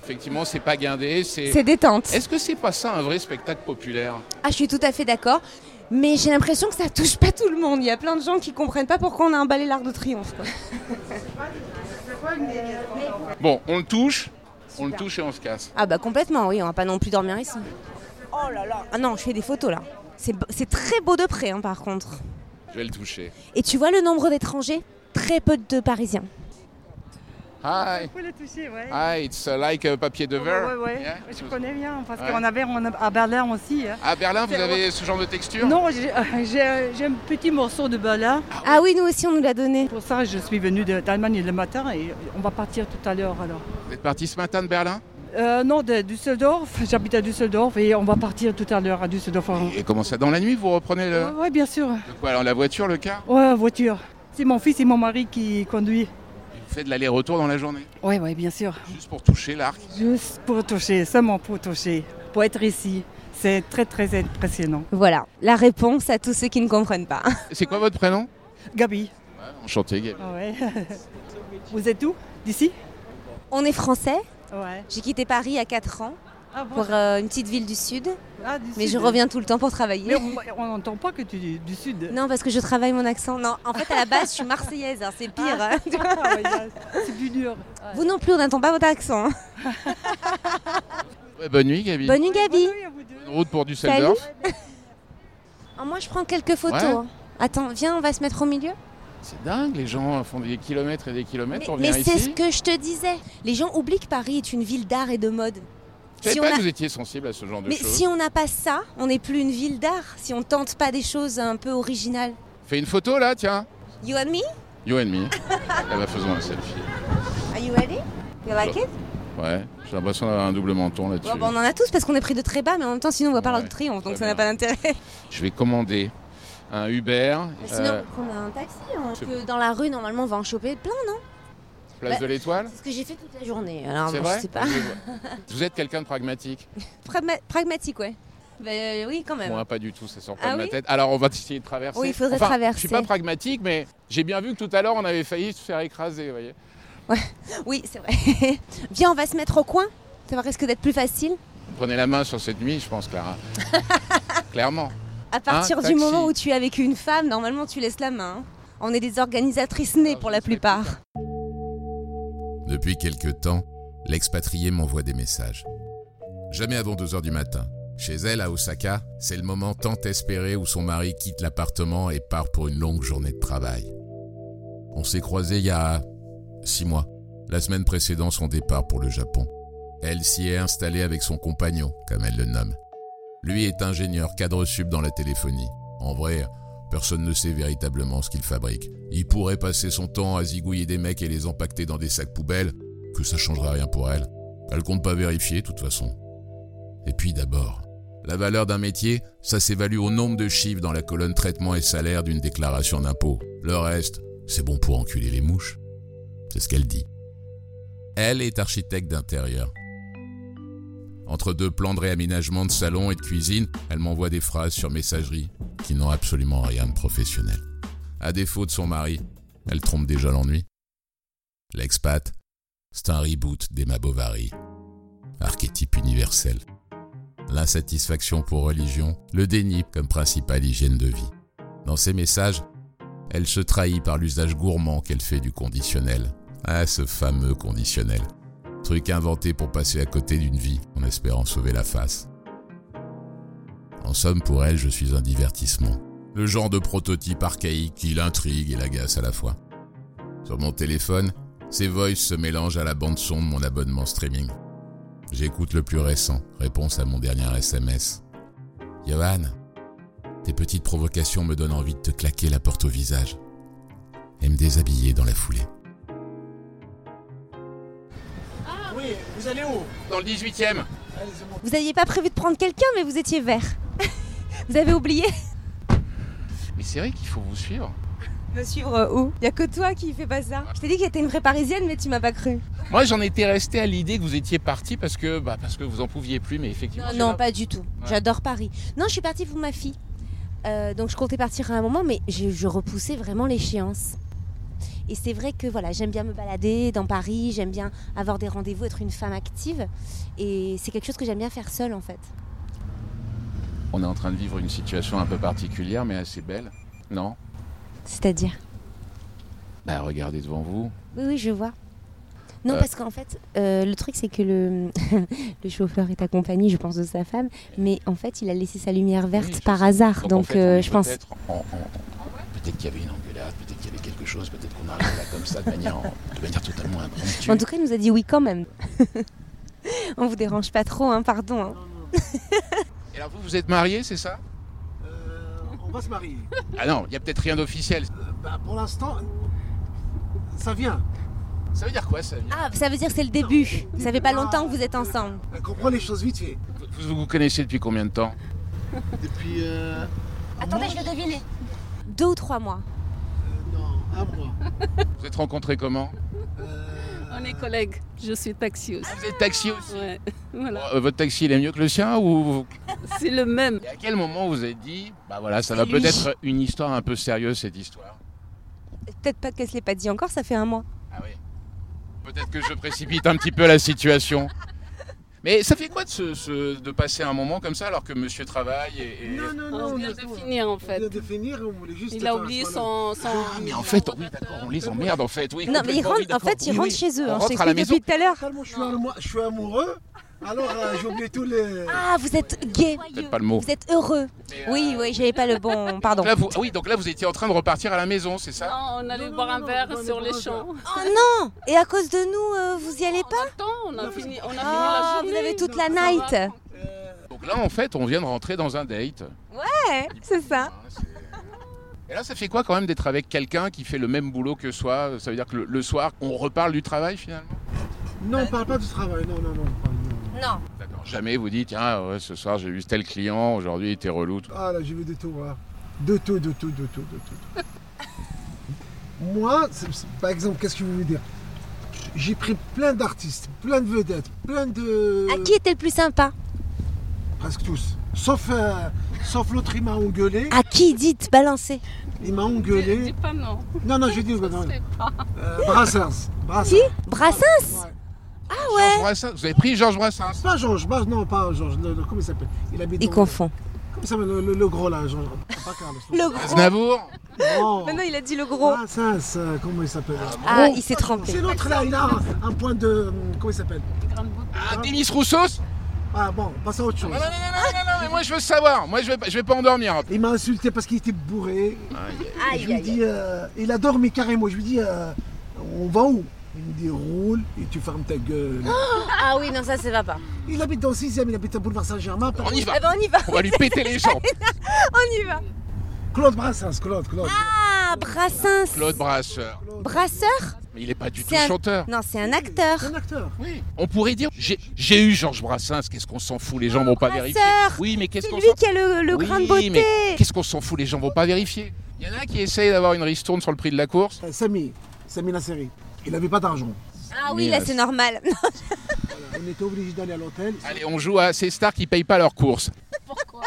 S1: Effectivement, c'est pas guindé, c'est.
S5: C'est détente.
S1: Est-ce que c'est pas ça un vrai spectacle populaire
S5: Ah, je suis tout à fait d'accord. Mais j'ai l'impression que ça touche pas tout le monde. Il y a plein de gens qui comprennent pas pourquoi on a emballé l'Arc de Triomphe. quoi.
S1: Bon, on le touche, on le touche et on se casse.
S5: Ah bah complètement, oui, on va pas non plus dormir ici. Oh là là Ah non, je fais des photos là. C'est be- c'est très beau de près hein, par contre.
S1: Je vais le toucher.
S5: Et tu vois le nombre d'étrangers Très peu de Parisiens.
S1: Hi,
S10: Vous le toucher, ouais.
S1: hi, it's uh, like a papier de verre.
S10: ouais, ouais.
S1: Yeah.
S10: Je connais bien, parce
S1: Ouais.
S10: qu'on avait on a- à Berlin aussi. hein.
S1: À Berlin, vous
S10: C'est-
S1: avez ce genre de texture
S10: Non, j'ai euh, j'ai- j'ai un petit morceau de Berlin.
S5: Ah oui, nous aussi on nous l'a donné.
S10: Pour ça, je suis venue de- d'Allemagne le matin et on va partir tout à l'heure alors.
S1: Vous êtes parti ce matin de Berlin
S10: Euh, non, de Düsseldorf. J'habite à Düsseldorf et on va partir tout à l'heure à Düsseldorf. Oui,
S1: Et comment ça Dans la nuit, vous reprenez le.
S10: ouais, bien sûr.
S1: le quoi Alors la voiture, le car
S10: Ouais, voiture. C'est mon fils et mon mari qui conduit.
S1: Vous faites de l'aller-retour dans la journée
S10: Ouais, ouais, bien sûr.
S1: Juste pour toucher l'arc.
S10: Juste pour toucher, seulement pour toucher, pour être ici. C'est très, très impressionnant.
S5: Voilà, la réponse à tous ceux qui ne comprennent pas.
S1: C'est quoi votre prénom
S10: Gabi,
S1: Enchanté, Gaël.
S10: ouais. vous êtes où D'ici
S5: On est français,
S10: Ouais.
S5: j'ai quitté Paris à 4 ans
S10: Ah, bon.
S5: pour euh, une petite ville du sud,
S10: Ah, du
S5: mais
S10: sud.
S5: je reviens tout le temps pour
S10: Mais
S5: travailler.
S10: on on n'entend pas que tu es du sud.
S5: Non, parce que je travaille mon accent. Non, en fait à la base je suis marseillaise, hein, c'est pire. hein.
S10: Ah, ouais, là, c'est plus dur.
S5: Vous non plus, on n'entend pas votre accent. hein.
S1: Ouais, bonne nuit, Gabi.
S5: Bonne nuit Gabi.
S10: Bonne nuit à vous deux.
S1: Route pour du
S5: Salut.
S1: Düsseldorf.
S5: Ah, moi, je prends quelques photos. hein.
S1: Ouais.
S5: Attends, viens, on va se mettre au milieu.
S1: C'est dingue, les gens font des kilomètres et des kilomètres
S5: Mais,
S1: pour
S5: mais
S1: venir
S5: c'est ce
S1: ici.
S5: que je te disais. Les gens oublient que Paris est une ville d'art et de mode.
S1: Je savais
S5: Si
S1: pas
S5: on
S1: que
S5: a-
S1: vous étiez sensible à ce genre de
S5: Mais
S1: choses.
S5: si on n'a pas ça, on n'est plus une ville d'art. Si on tente pas des choses un peu originales.
S1: Fais une photo là, tiens.
S5: You and me?
S1: You and me. Là, bah, faisons un selfie.
S5: Are you ready? You like it?
S1: Ouais, j'ai l'impression d'avoir un double menton là-dessus.
S5: Bon, bah, on en a tous parce qu'on est pris de très bas, mais en même temps, sinon on voit pas
S1: Ouais,
S5: l'autre triomphe,
S1: très
S5: donc ça n'a
S1: bien.
S5: pas d'intérêt.
S1: Je vais commander un Uber,
S5: Sinon,
S1: euh,
S5: on prend un taxi. hein.
S1: c'est-
S5: Que dans la rue, normalement, on va en choper plein, non?
S1: place
S5: bah,
S1: de l'étoile.
S5: C'est ce que j'ai fait toute la journée. Alors,
S1: C'est
S5: moi,
S1: vrai
S5: je sais pas.
S1: Vous êtes quelqu'un de pragmatique
S5: Pragma- pragmatique, ouais. Bah, euh, oui, quand même.
S1: Moi, pas du tout, ça sort pas
S5: Ah
S1: de ma
S5: oui
S1: tête. Alors, on va essayer de traverser.
S5: Oui, il faudrait
S1: Enfin, Je
S5: traverser.
S1: suis pas pragmatique, mais j'ai bien vu que tout à l'heure, on avait failli se faire écraser, vous voyez.
S5: Oui, c'est vrai. Viens, on va se mettre au coin. Ça risque d'être plus facile.
S1: Prenez la main sur cette nuit, je pense, Clara. Clairement.
S5: À partir du
S1: taxi.
S5: moment où tu es avec une femme, normalement, tu laisses la main. hein. On est des organisatrices nées
S1: Ah,
S5: pour
S1: je
S5: la
S1: ne serai plus
S5: plupart.
S1: tard.
S7: Depuis quelque temps, l'expatriée m'envoie des messages. Jamais avant 2 heures du matin. Chez elle, à Osaka, c'est le moment tant espéré où son mari quitte l'appartement et part pour une longue journée de travail. On s'est croisés il y a 6 mois, la semaine précédant son départ pour le Japon. Elle s'y est installée avec son compagnon, comme elle le nomme. Lui est ingénieur cadre sub dans la téléphonie. En vrai, Personne ne sait véritablement ce qu'il fabrique. Il pourrait passer son temps à zigouiller des mecs et les empaqueter dans des sacs poubelles, que ça changera rien pour elle. Elle compte pas vérifier, de toute façon. Et puis d'abord, la valeur d'un métier, ça s'évalue au nombre de chiffres dans la colonne traitement et salaire d'une déclaration d'impôt. Le reste, c'est bon pour enculer les mouches. C'est ce qu'elle dit. Elle est architecte d'intérieur. Entre deux plans de réaménagement de salon et de cuisine, elle m'envoie des phrases sur messagerie qui n'ont absolument rien de professionnel. À défaut de son mari, elle trompe déjà l'ennui. L'expat, c'est un reboot d'Emma Bovary. Archétype universel. L'insatisfaction pour religion, le déni comme principale hygiène de vie. Dans ses messages, elle se trahit par l'usage gourmand qu'elle fait du conditionnel. Ah, ce fameux conditionnel. Truc inventé pour passer à côté d'une vie en espérant sauver la face. En somme, pour elle, je suis un divertissement. Le genre de prototype archaïque qui l'intrigue et l'agace à la fois. Sur mon téléphone, ces voices se mélangent à la bande-son de mon abonnement streaming. J'écoute le plus récent, réponse à mon dernier SMS. Johan, tes petites provocations me donnent envie de te claquer la porte au visage et me déshabiller dans la foulée.
S11: Oui, vous allez où
S1: Dans le 18ème.
S5: Vous n'aviez pas prévu de prendre quelqu'un, mais vous étiez vert. vous avez oublié
S1: Mais c'est vrai qu'il faut vous suivre.
S5: Me suivre euh, où Il y a que toi qui fais pas ça. Je t'ai dit que t'étais une vraie parisienne, mais tu m'as pas cru.
S1: Moi, j'en étais resté à l'idée que vous étiez parti parce que, bah, parce que vous en pouviez plus, mais effectivement.
S5: Non,
S1: c'est
S5: non,
S1: là-
S5: pas du tout. J'adore Paris. Non, je suis partie pour ma fille. Euh, donc je comptais partir à un moment, mais je, je repoussais vraiment l'échéance. Et c'est vrai que voilà, j'aime bien me balader dans Paris, j'aime bien avoir des rendez-vous, être une femme active. Et c'est quelque chose que j'aime bien faire seule en fait.
S1: On est en train de vivre une situation un peu particulière, mais assez belle. Non
S5: C'est-à-dire
S1: Bah, regardez devant vous.
S5: Oui, oui, je vois. Non,
S1: Euh.
S5: parce qu'en fait, euh, le truc, c'est que le, le chauffeur est accompagné, je pense, de sa femme, mais en fait, il a laissé sa lumière verte
S1: Oui, je
S5: par hasard.
S1: en
S5: Donc,
S1: fait, on
S5: euh,
S1: est
S5: je pense.
S1: peut-être en- en- en- Peut-être qu'il y avait une engueulade, peut-être qu'il y avait quelque chose, peut-être qu'on arrive là comme ça de manière, en- de manière totalement impromptue.
S5: En tout cas, il nous a dit oui quand même. On vous dérange pas trop, hein, pardon. hein.
S1: Et alors vous, vous êtes mariés, c'est ça
S11: euh, On va se marier.
S1: Ah non, il y a peut-être rien d'officiel.
S11: Bah, pour l'instant, ça vient.
S1: Ça veut dire quoi ça
S5: Ah, ça veut dire que c'est le début. Ça fait pas longtemps que vous êtes ensemble.
S11: Elle comprend les choses vite fait.
S1: vous, vous connaissez depuis combien de temps
S11: Depuis euh,
S5: Attendez, je vais deviner. Deux ou trois mois.
S11: non, un mois.
S1: Vous êtes rencontrés comment
S12: On est collègues, je suis taxieuse.
S1: Ah, Vous êtes taxi aussi
S12: Ouais, voilà.
S1: Bon, euh, Votre taxi, il est mieux que le sien ou
S12: C'est le même.
S1: Et à quel moment vous avez dit, bah voilà, ça va
S12: lui.
S1: peut-être une histoire un peu sérieuse cette histoire
S5: Peut-être pas qu'elle se l'est pas dit encore, ça fait un mois.
S1: Ah oui. Peut-être que je précipite un petit peu la situation. Mais ça fait quoi de, se- se- de passer un moment comme ça alors que monsieur travaille et... et-
S11: Non, non, non,
S12: On
S11: on
S12: vient
S11: a-
S12: de finir en
S11: on
S12: fait.
S11: vient de finir, on voulait juste.
S12: Il a oublié son. son
S1: Ah, mais en fait, oui, d'accord, on les emmerde en fait. Oui,
S5: Non, mais
S1: complètement, oui,
S5: ils rentrent, en
S1: d'accord,
S5: fait, ils
S1: oui,
S5: rentrent
S1: oui.
S5: chez eux.
S1: On
S5: hein, je
S1: rentre à la
S5: t'explique
S1: maison.
S5: depuis tout à l'heure.
S11: Calme, je suis, amoureux, je suis amoureux. Alors, euh, j'ai oublié tous les.
S5: Ah, vous êtes gay.
S1: Peut-être pas le mot. euh,
S5: Vous êtes heureux. Oui, oui, j'avais pas le bon. Pardon.
S1: Là, vous- ah oui, donc là, vous étiez en train de repartir à la maison, c'est ça
S8: Ah,
S12: Non, on allait boire un verre sur les champs.
S5: Oh non Et à cause de nous, euh, vous y allez pas
S12: Attends, on a fini, on a fini
S5: Ah,
S12: la journée.
S5: vous avez toute
S12: donc
S5: la
S12: ça va.
S5: night.
S1: Donc là, en fait, on vient de rentrer dans un date.
S5: Ouais, c'est ça.
S1: Et là, ça fait quoi quand même d'être avec quelqu'un qui fait le même boulot que soi Ça veut dire que le, le soir, on reparle du travail finalement
S11: Non, on parle pas du travail. Non, non, non. on parle- non.
S5: Non.
S1: D'accord. Jamais vous dites, tiens, ouais, ce soir, j'ai eu tel client, aujourd'hui, il était relou. tout.
S11: Ah là, j'ai vu de tout, voilà. De tout, de tout, de tout, de tout. Moi, c'est- c'est- par exemple, qu'est-ce que vous voulez dire J'ai pris plein d'artistes, plein de vedettes, plein de.
S5: À qui était le plus sympa
S11: Presque tous. Sauf, euh, sauf l'autre, il m'a engueulé.
S5: À qui dites balancez
S11: Il m'a
S12: Dis, dis
S11: engueulé.
S12: pas non.
S11: Non, non, j'ai dit.
S12: Ça
S11: non, non.
S12: se fait pas.
S11: Euh, Brassens. Brassens.
S5: Qui Brassens
S11: Ouais.
S1: Georges Brassens, vous avez pris Georges Brassens
S11: C'est pas Georges, Bra- non, pas Georges. le- le- comment il s'appelle Il habite.
S5: Il
S11: dans-
S5: confond.
S11: Comment il s'appelle le, le- le gros là, Georges C'est Pas Carlos.
S5: Le gros.
S1: Aznavour
S11: Non.
S5: Maintenant, il a dit le gros.
S11: Brassens, euh, comment il s'appelle
S5: Ah, il s'est trompé.
S11: C'est l'autre là, il a un, un point de. euh, Comment il s'appelle
S12: Grande bouteille.
S1: Ah, Denis Roussos
S11: Ah bon, passons à autre chose.
S1: Non, non, non, non, non, non, non, mais moi, je veux savoir. Moi, je vais, pas- je vais pas en dormir.
S11: Il m'a insulté parce qu'il était bourré. je lui dis, euh, il a dormi carrément. Je lui dis, euh, on va où Il me dit, roule et tu fermes ta gueule.
S5: Ah oui, non, ça, ça va pas.
S11: il habite dans le 6 e il habite à Boulevard Saint-Germain. par-
S1: On y va.
S5: Eh ben, on y va,
S1: On va lui péter les jambes.
S5: on y va.
S11: Claude Brassens, Claude, Claude.
S5: Ah, Brassens.
S1: Claude Brasseur.
S5: Brasseur
S1: Mais il est pas du tout
S5: C'est un-
S1: chanteur.
S5: Non, c'est un acteur.
S11: C'est un acteur.
S1: Oui. On pourrait dire, j'ai j'ai eu Georges Brassens, qu'est-ce qu'on s'en fout, les gens vont pas vérifier.
S5: Brasseur
S1: Oui, mais qu'est-ce
S5: C'est
S1: qu'on
S5: lui
S1: s'en
S5: qui a le, le
S1: Oui,
S5: grain de beauté.
S1: mais qu'est-ce qu'on s'en fout, les gens vont pas vérifier. Il y en a qui essayent d'avoir une ristourne sur le prix de la course.
S11: Euh, Samy, Samy Nasseri. Il n'avait pas d'argent.
S5: Ah oui, là, c'est normal.
S11: Voilà, On était obligé d'aller à l'hôtel.
S1: Allez, on joue à ces stars qui payent pas leurs courses.
S12: Pourquoi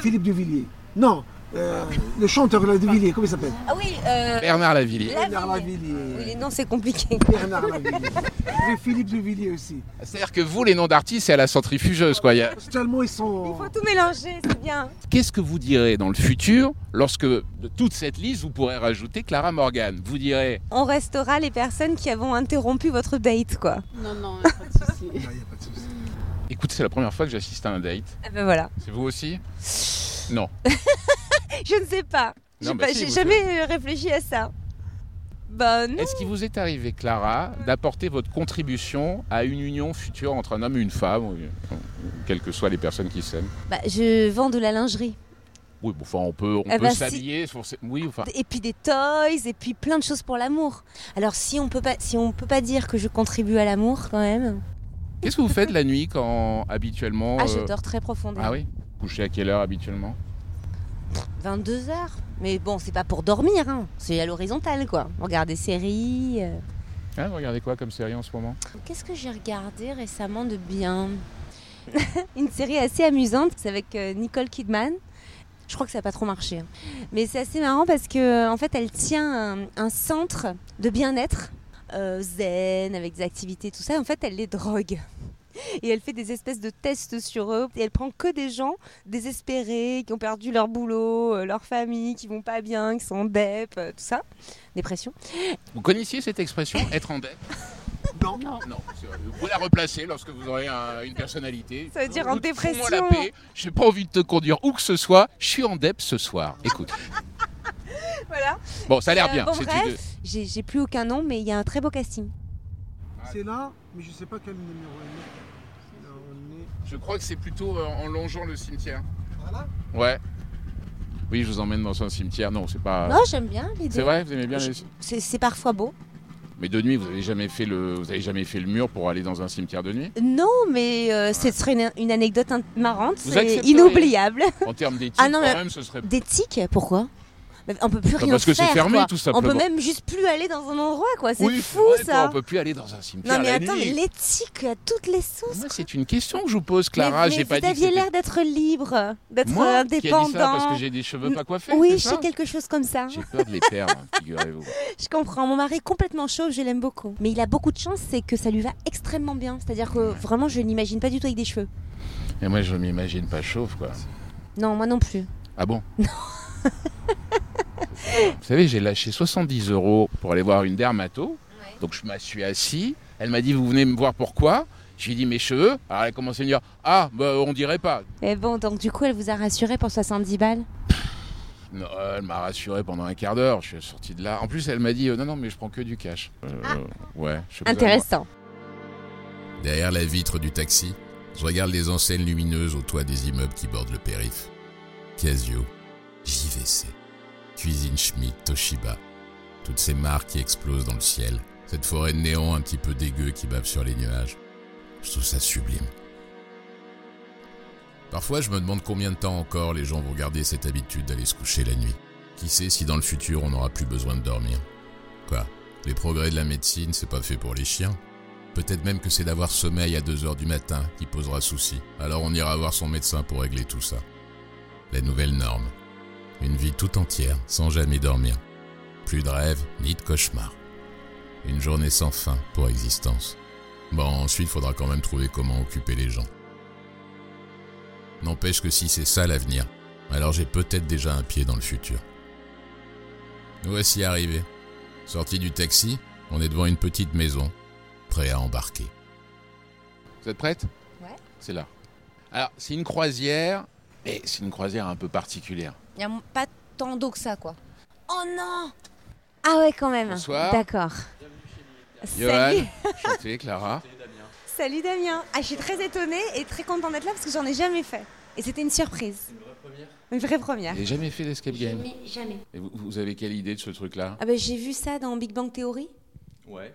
S11: Philippe Devilliers. Non, euh, le chanteur là, de Villiers, comment il s'appelle
S5: Ah oui, euh,
S1: Bernard Lavillier.
S11: Bernard
S5: Lavillier. oui, les
S11: Lavillier.
S5: noms, c'est compliqué.
S11: Bernard Lavillier. Et Philippe Devilliers aussi.
S1: C'est-à-dire que vous, les noms d'artistes, c'est à la centrifugeuse, quoi. Il y a-
S11: Tellement ils
S5: Il
S11: sont.
S5: faut tout mélanger, c'est bien.
S1: Qu'est-ce que vous direz dans le futur lorsque, de toute cette liste, vous pourrez rajouter Clara Morgan Vous direz,
S5: On restera les personnes qui avons interrompu votre date, quoi.
S12: Non, non, y a pas de souci.
S11: Non, Ah, il y a pas de souci.
S1: écoute, c'est la première fois que j'assiste à un date.
S5: Ah ben voilà.
S1: C'est vous aussi Non.
S5: Je ne sais pas.
S1: Non,
S5: J'ai
S1: bah
S5: pas-
S1: si,
S5: j'ai
S1: vous
S5: jamais réfléchi à ça. Bah non.
S1: Est-ce qu'il vous est arrivé, Clara, d'apporter votre contribution à une union future entre un homme et une femme, ou- ou- quelles que soient les personnes qui s'aiment
S5: Bah, je vends de la lingerie.
S1: Oui, bon, enfin, on peut, on
S5: Eh
S1: peut
S5: ben, si.
S1: s'habiller. sur ces- Oui, enfin,
S5: Et puis des toys, et puis plein de choses pour l'amour. Alors si on peut pas, si on peut pas dire que je contribue à l'amour quand même.
S1: qu'est-ce que vous faites la nuit quand habituellement
S5: Ah, je
S1: euh,
S5: dors très profondément.
S1: Ah oui. Vous Couchez à quelle heure habituellement
S5: 22 heures. Mais bon, c'est pas pour dormir, hein. c'est à l'horizontale quoi. On regarde des séries. euh.
S1: Hein, vous regardez quoi comme série en ce moment
S5: Qu'est-ce que j'ai regardé récemment de bien Une série assez amusante, c'est avec euh, Nicole Kidman. Je crois que ça n'a pas trop marché. hein. Mais c'est assez marrant parce que euh, en fait, elle tient un, un centre de bien-être euh, zen avec des activités, tout ça. En fait, elle les drogue. Et elle fait des espèces de tests sur eux. Et elle prend que des gens désespérés, qui ont perdu leur boulot, euh, leur famille, qui vont pas bien, qui sont en dep, euh, tout ça. Dépression.
S1: Vous connaissiez cette expression, être en dette
S11: Non.
S1: Non. c'est vrai. Vous pouvez la replacer lorsque vous aurez un- une personnalité.
S5: Ça veut dire en
S1: Écoute, fous-moi la
S5: dépression.
S1: paix, J'ai pas envie de te conduire où que ce soit. Je suis en dette ce soir. Écoute.
S5: Voilà.
S1: Bon, ça a l'air
S5: Euh,
S1: bien.
S5: bon,
S1: C'est
S5: bref.
S1: une-
S5: J'ai j'ai plus aucun nom, mais il y a un très beau casting.
S11: C'est là, mais je sais pas quel numéro il est. Là, on est.
S1: Je crois que c'est plutôt euh, en longeant le cimetière.
S11: Voilà.
S1: Ouais. Oui, je vous emmène dans un cimetière. Non, c'est pas.
S5: Non, j'aime bien les
S1: Ah. c'est
S5: deux.
S1: vrai, vous aimez bien
S5: Je-
S1: les.
S5: C'est c'est parfois beau.
S1: Mais de nuit, vous avez jamais fait le, vous avez jamais fait le mur pour aller dans un cimetière de nuit.
S5: Non, mais euh, ce serait une, une anecdote in- marrante,
S1: Vous
S5: c'est
S1: accepterez.
S5: inoubliable.
S1: En termes d'éthique,
S5: Ah non,
S1: quand
S5: mais-
S1: même, ce serait.
S5: Des tics, pourquoi Bah, On peut plus rien
S1: Ah, parce que c'est
S5: faire,
S1: fermé,
S5: quoi.
S1: tout
S5: On
S1: simplement.
S5: peut même juste plus aller dans un endroit, quoi. C'est
S1: Oui,
S5: fou,
S1: vrai, quoi,
S5: ça.
S1: on peut plus aller dans un cimetière
S5: Non, mais
S1: la
S5: attends, mais
S1: nuit.
S5: l'éthique à toutes les sauces.
S1: Moi,
S5: quoi.
S1: c'est une question que je vous pose,
S5: Mais-
S1: Clara.
S5: mais
S1: J'ai pas
S5: vous
S1: dit. que
S5: aviez
S1: c'était-
S5: l'air d'être libre, d'être
S1: Moi Qui a
S5: indépendant.
S1: dit ça parce que j'ai des cheveux pas coiffés.
S5: oui,
S1: c'est
S5: je
S1: ça
S5: sais quelque chose comme ça.
S1: J'ai peur de les perdre, figurez-vous.
S5: Je comprends. Mon mari est complètement chauve, je l'aime beaucoup. Mais il a beaucoup de chance, c'est que ça lui va extrêmement bien. C'est-à-dire que vraiment, je n'imagine pas du tout avec des cheveux.
S1: Et moi, je m'imagine pas chauve, quoi.
S5: Non, moi non plus.
S1: Ah bon Vous savez, j'ai lâché 70 euros pour aller voir une dermato. Donc je me suis assis. Elle m'a dit, vous venez me voir pourquoi Je lui ai dit mes cheveux. Alors elle a commencé à me dire Ah, bah, on dirait pas.
S5: Et Eh bon, donc du coup, elle vous a rassuré pour 70 balles
S1: Non, elle m'a rassuré pendant un quart d'heure. Je suis sorti de là. En plus, elle m'a dit euh, Non, non, mais je prends que du cash. Euh,
S5: Ah.
S1: Ouais. je sais pas.
S5: Intéressant.
S7: Derrière la vitre du taxi, je regarde les enseignes lumineuses au toit des immeubles qui bordent le périph. Casio, JVC, Cuisine Schmidt, Toshiba. Toutes ces marques qui explosent dans le ciel. Cette forêt de néant un petit peu dégueu qui bave sur les nuages. Je trouve ça sublime. Parfois, je me demande combien de temps encore les gens vont garder cette habitude d'aller se coucher la nuit. Qui sait si dans le futur on n'aura plus besoin de dormir. Quoi Les progrès de la médecine, c'est pas fait pour les chiens. Peut-être même que c'est d'avoir sommeil à 2h du matin qui posera souci. Alors on ira voir son médecin pour régler tout ça. La nouvelle norme. Une vie tout entière sans jamais dormir. Plus de rêves ni de cauchemars. Une journée sans fin pour existence. Bon, ensuite faudra quand même trouver comment occuper les gens. N'empêche que si c'est ça l'avenir, alors j'ai peut-être déjà un pied dans le futur. Nous voici arrivés. Sorti du taxi, on est devant une petite maison, prêt à embarquer.
S1: Vous êtes prête
S5: Ouais.
S1: C'est là. Alors, c'est une croisière, mais c'est une croisière un peu particulière.
S5: Il n'y a pas tant d'eau que ça, quoi. Oh non Ah ouais, quand même.
S1: Bonsoir.
S5: D'accord.
S1: Johan,
S5: Salut. Ah.
S1: chanté, Clara.
S5: Salut Damien. Ah, je suis très étonnée et très contente d'être là parce que j'en ai jamais fait. Et c'était une surprise. Une vraie première.
S1: Vous n'avez jamais fait d'escape game.
S5: jamais.
S1: Et vous, vous avez quelle idée de ce truc-là
S5: Ah ben j'ai vu ça dans Big Bang Theory.
S4: Ouais.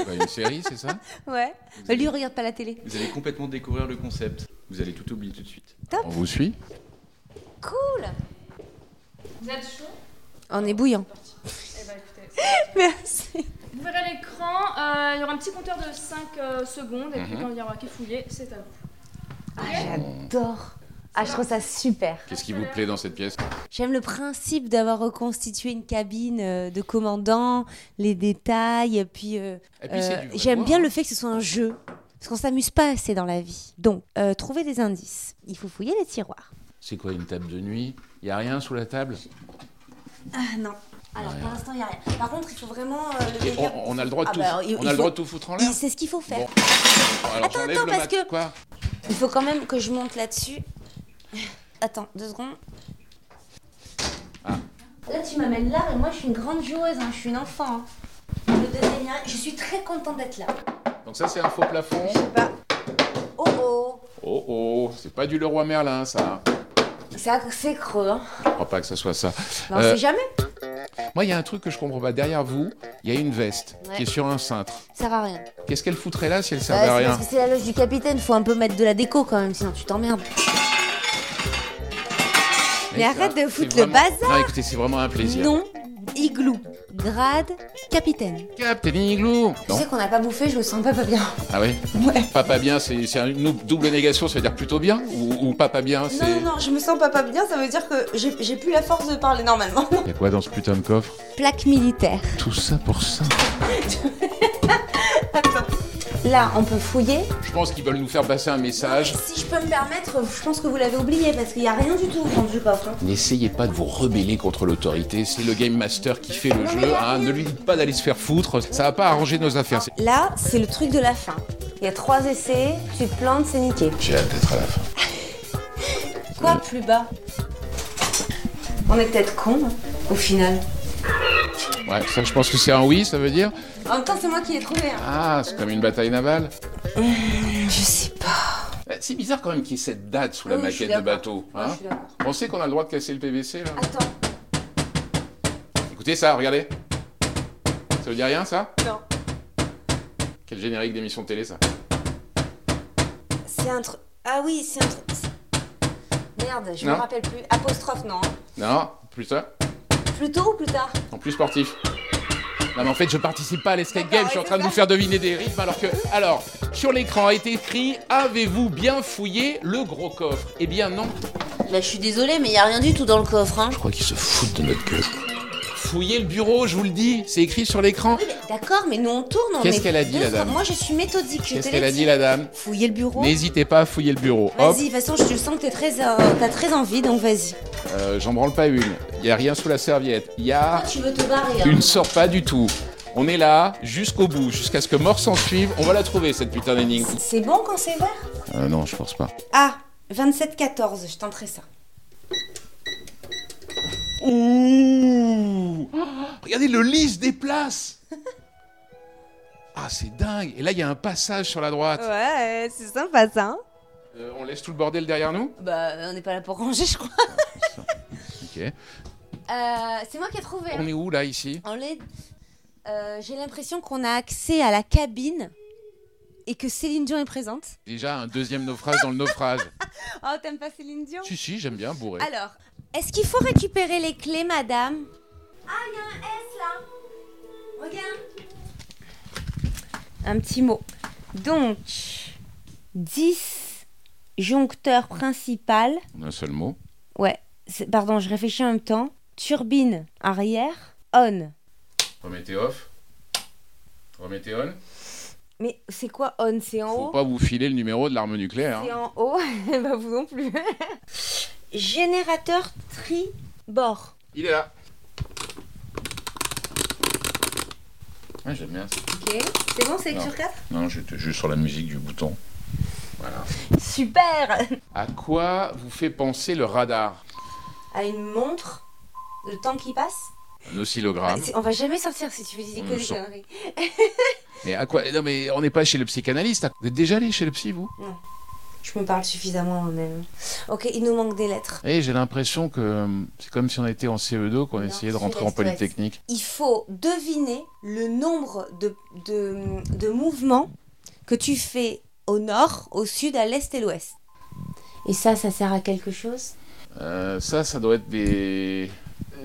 S1: Bah, Une série, c'est ça
S5: Ouais. Bah, lui regarde pas la télé.
S4: Vous allez complètement découvrir le concept. Vous allez tout oublier tout de suite.
S5: Top.
S1: On vous suit
S5: Cool.
S12: Vous êtes chaud
S5: On est bouillant.
S12: Eh ben, écoutez,
S5: Merci.
S12: Vous verrez l'écran, euh, il y aura un petit compteur de 5 secondes, et puis
S1: Mhm.
S12: quand il y aura qui fouiller, c'est à vous.
S5: J'adore. Ah, je trouve ça super.
S1: Qu'est-ce qui vous plaît dans cette pièce
S5: J'aime le principe d'avoir reconstitué une cabine euh, de commandant, les détails, et puis, euh,
S1: Et puis, c'est du vrai
S5: j'aime
S1: bois,
S5: bien
S1: hein.
S5: le fait que ce soit un jeu, parce qu'on s'amuse pas assez dans la vie. Donc, euh, trouver des indices. Il faut fouiller les tiroirs.
S1: C'est quoi une table de nuit Il a rien sous la table
S5: Ah non. Alors, pour l'instant, il n'y a rien. Par contre, il faut vraiment euh, le
S1: Et
S5: délire-
S1: on, on a le droit de
S5: Ah
S1: tout,
S5: bah, il-
S1: on
S5: il
S1: a le
S5: faut-
S1: droit de tout foutre en l'air.
S5: il- C'est ce qu'il faut faire.
S1: Bon. Alors,
S5: Attends,
S1: j'enlève
S5: attends,
S1: le
S5: parce
S1: mat-
S5: que-
S1: Quoi
S5: Il faut quand même que je monte là-dessus. Attends, deux secondes. Ah. Là, tu m'amènes là, et moi, je suis une grande joueuse, hein, je suis une enfant. hein. Je vais te donner un- Je suis très contente d'être là.
S1: Donc ça, c'est un faux plafond.
S5: Oh oh
S1: Oh oh, c'est pas du Leroy Merlin, ça.
S5: Ça, C'est creux, hein.
S1: Je crois pas que ça soit ça.
S5: Bah, on
S1: Euh,
S5: sait jamais.
S1: Moi, il y a un truc que je comprends pas. Derrière vous, il y a une veste
S5: Ouais.
S1: qui est sur un cintre.
S5: Ça va rien.
S1: Qu'est-ce qu'elle foutrait là si elle
S5: Bah,
S1: servait à
S5: c'est
S1: rien
S5: parce que c'est la loge du capitaine, faut un peu mettre de la déco quand même, sinon tu t'emmerdes. Mais
S1: Et
S5: arrête
S1: ça,
S5: de foutre
S1: c'est
S5: le
S1: vraiment-
S5: bazar.
S1: Non, écoutez, c'est vraiment un plaisir.
S5: Nom, igloo, grade, capitaine.
S1: Captain Igloo
S5: Tu sais
S1: Non
S5: qu'on n'a pas bouffé, je me sens pas, pas bien.
S1: Ah oui
S5: Ouais.
S1: Papa bien, c'est c'est une double négation, ça veut dire plutôt bien Ou, ou papa bien,
S5: Non,
S1: c'est...
S5: non, non, je me sens pas, pas bien, ça veut dire que j'ai j'ai plus la force de parler normalement.
S1: Il y a quoi dans ce putain de coffre
S5: Plaque militaire.
S1: Tout ça pour ça
S5: Là, on peut fouiller.
S1: Je pense qu'ils veulent nous faire passer un message.
S5: Si je peux me permettre, je pense que vous l'avez oublié parce qu'il n'y a rien du tout au fond du coffre. hein.
S1: N'essayez pas de vous rebeller contre l'autorité, c'est le Game Master qui fait le jeu, hein. ne lui dites pas d'aller se faire foutre, ça va pas arranger nos affaires. C'est-
S5: Là, c'est le truc de la fin. Il y a trois essais, tu te plantes, c'est niqué.
S1: J'ai hâte d'être à la fin.
S5: Quoi plus bas On est peut-être con, au final.
S1: Ouais, ça je pense que c'est un oui, ça veut dire
S5: En même temps, c'est moi qui l'ai trouvé. hein.
S1: Ah, c'est comme une bataille navale
S5: Je sais pas.
S1: Eh, C'est bizarre quand même qu'il y ait cette date sous la
S5: Oui, Oh, je suis
S1: maquette de
S5: d'accord.
S1: bateau.
S5: Ouais,
S1: hein.
S5: je suis d'accord.
S1: Pensez qu'on a le droit de casser le PVC là
S5: Attends,
S1: Écoutez ça, regardez. Ça vous dit rien ça
S5: non.
S1: Quel générique d'émission de télé ça
S5: C'est un truc. Ah oui, c'est un truc. c'est- Merde, je me
S1: Non.
S5: rappelle plus. Apostrophe, non.
S1: Non, plus ça.
S5: Plus tôt ou plus tard
S1: En plus sportif. Non mais en fait je participe pas à l'escape
S5: D'accord,
S1: game, je suis en
S5: ouais,
S1: train de
S5: c'est
S1: vous faire deviner des rythmes alors que... Alors, sur l'écran a été écrit « Avez-vous bien fouillé le gros coffre ?» Eh bien non.
S5: Bah, je suis désolée, mais il y a rien du tout dans le coffre, hein.
S1: Je crois qu'ils se foutent de notre gueule. Fouillez le bureau, je vous le dis, c'est écrit sur l'écran.
S5: Oui, mais d'accord, mais nous on tourne. on
S1: Qu'est-ce
S5: est
S1: qu'elle a dit,
S5: deux
S1: la dame
S5: fois. Moi, je suis méthodique. je
S1: Qu'est-ce
S5: te
S1: qu'elle
S5: l'ai
S1: a dit la dame
S5: Fouiller le bureau.
S1: N'hésitez pas à fouiller le bureau. Hop,
S5: Vas-y, de toute façon, je sens que t'es très, euh, t'as très envie, donc vas-y.
S1: Euh, j'en branle pas une. Il y a rien sous la serviette. Il y a...
S5: Toi, tu Ah, veux te barrer. hein.
S1: Tu ne sors pas du tout. On est là jusqu'au bout, jusqu'à ce que mort s'en suive. On va la trouver cette putain d'énigme.
S5: C'est bon quand c'est vert
S1: Euh, non, je pense pas.
S5: Ah, 27-14, je tenterai ça.
S1: Ouh Regardez le lisse des places Ah, c'est dingue Et là, il y a un passage sur la droite.
S5: Ouais, c'est sympa ça. hein
S1: Euh, on laisse tout le bordel derrière nous
S5: bah, on n'est pas là pour ranger, je crois.
S1: Ok.
S5: Euh, c'est moi qui ai trouvé. hein.
S1: On est où là, ici
S5: On est- euh, J'ai l'impression qu'on a accès à la cabine et que Céline Dion est présente.
S1: Déjà, un deuxième naufrage dans le naufrage.
S5: Oh, t'aimes pas Céline Dion
S1: si, si, j'aime bien, bourré.
S5: Alors, est-ce qu'il faut récupérer les clés, madame Ah, il y a un S là Regarde Un petit mot. Donc, disjoncteur principal.
S1: En Un seul mot.
S5: Ouais, c'est- pardon, je réfléchis en même temps. Turbine arrière, on.
S1: Remettez off. Remettez on.
S5: Mais c'est quoi on C'est en
S1: Faut
S5: haut
S1: pas vous filer le numéro de l'arme nucléaire. hein.
S5: C'est en haut Bah, vous non plus. Générateur tribord.
S1: Il est là. Ouais, j'aime bien ça.
S5: Ok, c'est bon, c'est
S1: Non.
S5: sur 4
S1: Non, j'étais juste sur la musique du bouton. Voilà.
S5: Super
S1: À quoi vous fait penser le radar
S5: À une montre Le temps qui passe Bah,
S1: Un oscillogramme.
S5: C'est- On va jamais sortir si tu fais des
S1: On
S5: que
S1: le
S5: des
S1: sent.
S5: conneries.
S1: Mais à quoi Non, mais on n'est pas chez le psychanalyste. Vous êtes déjà allé chez le psy, vous
S5: Non. Je me parle suffisamment moi-même. Ok, il nous manque des lettres.
S1: Eh, j'ai l'impression que euh, c'est comme si on était en CE2 qu'on essayait de rentrer en
S5: reste, ouais.
S1: polytechnique.
S5: Il faut deviner le nombre de, de, de mouvements que tu fais au nord, au sud, à l'est et l'ouest. Et ça, ça sert à quelque chose
S1: Euh, ça, ça doit être des...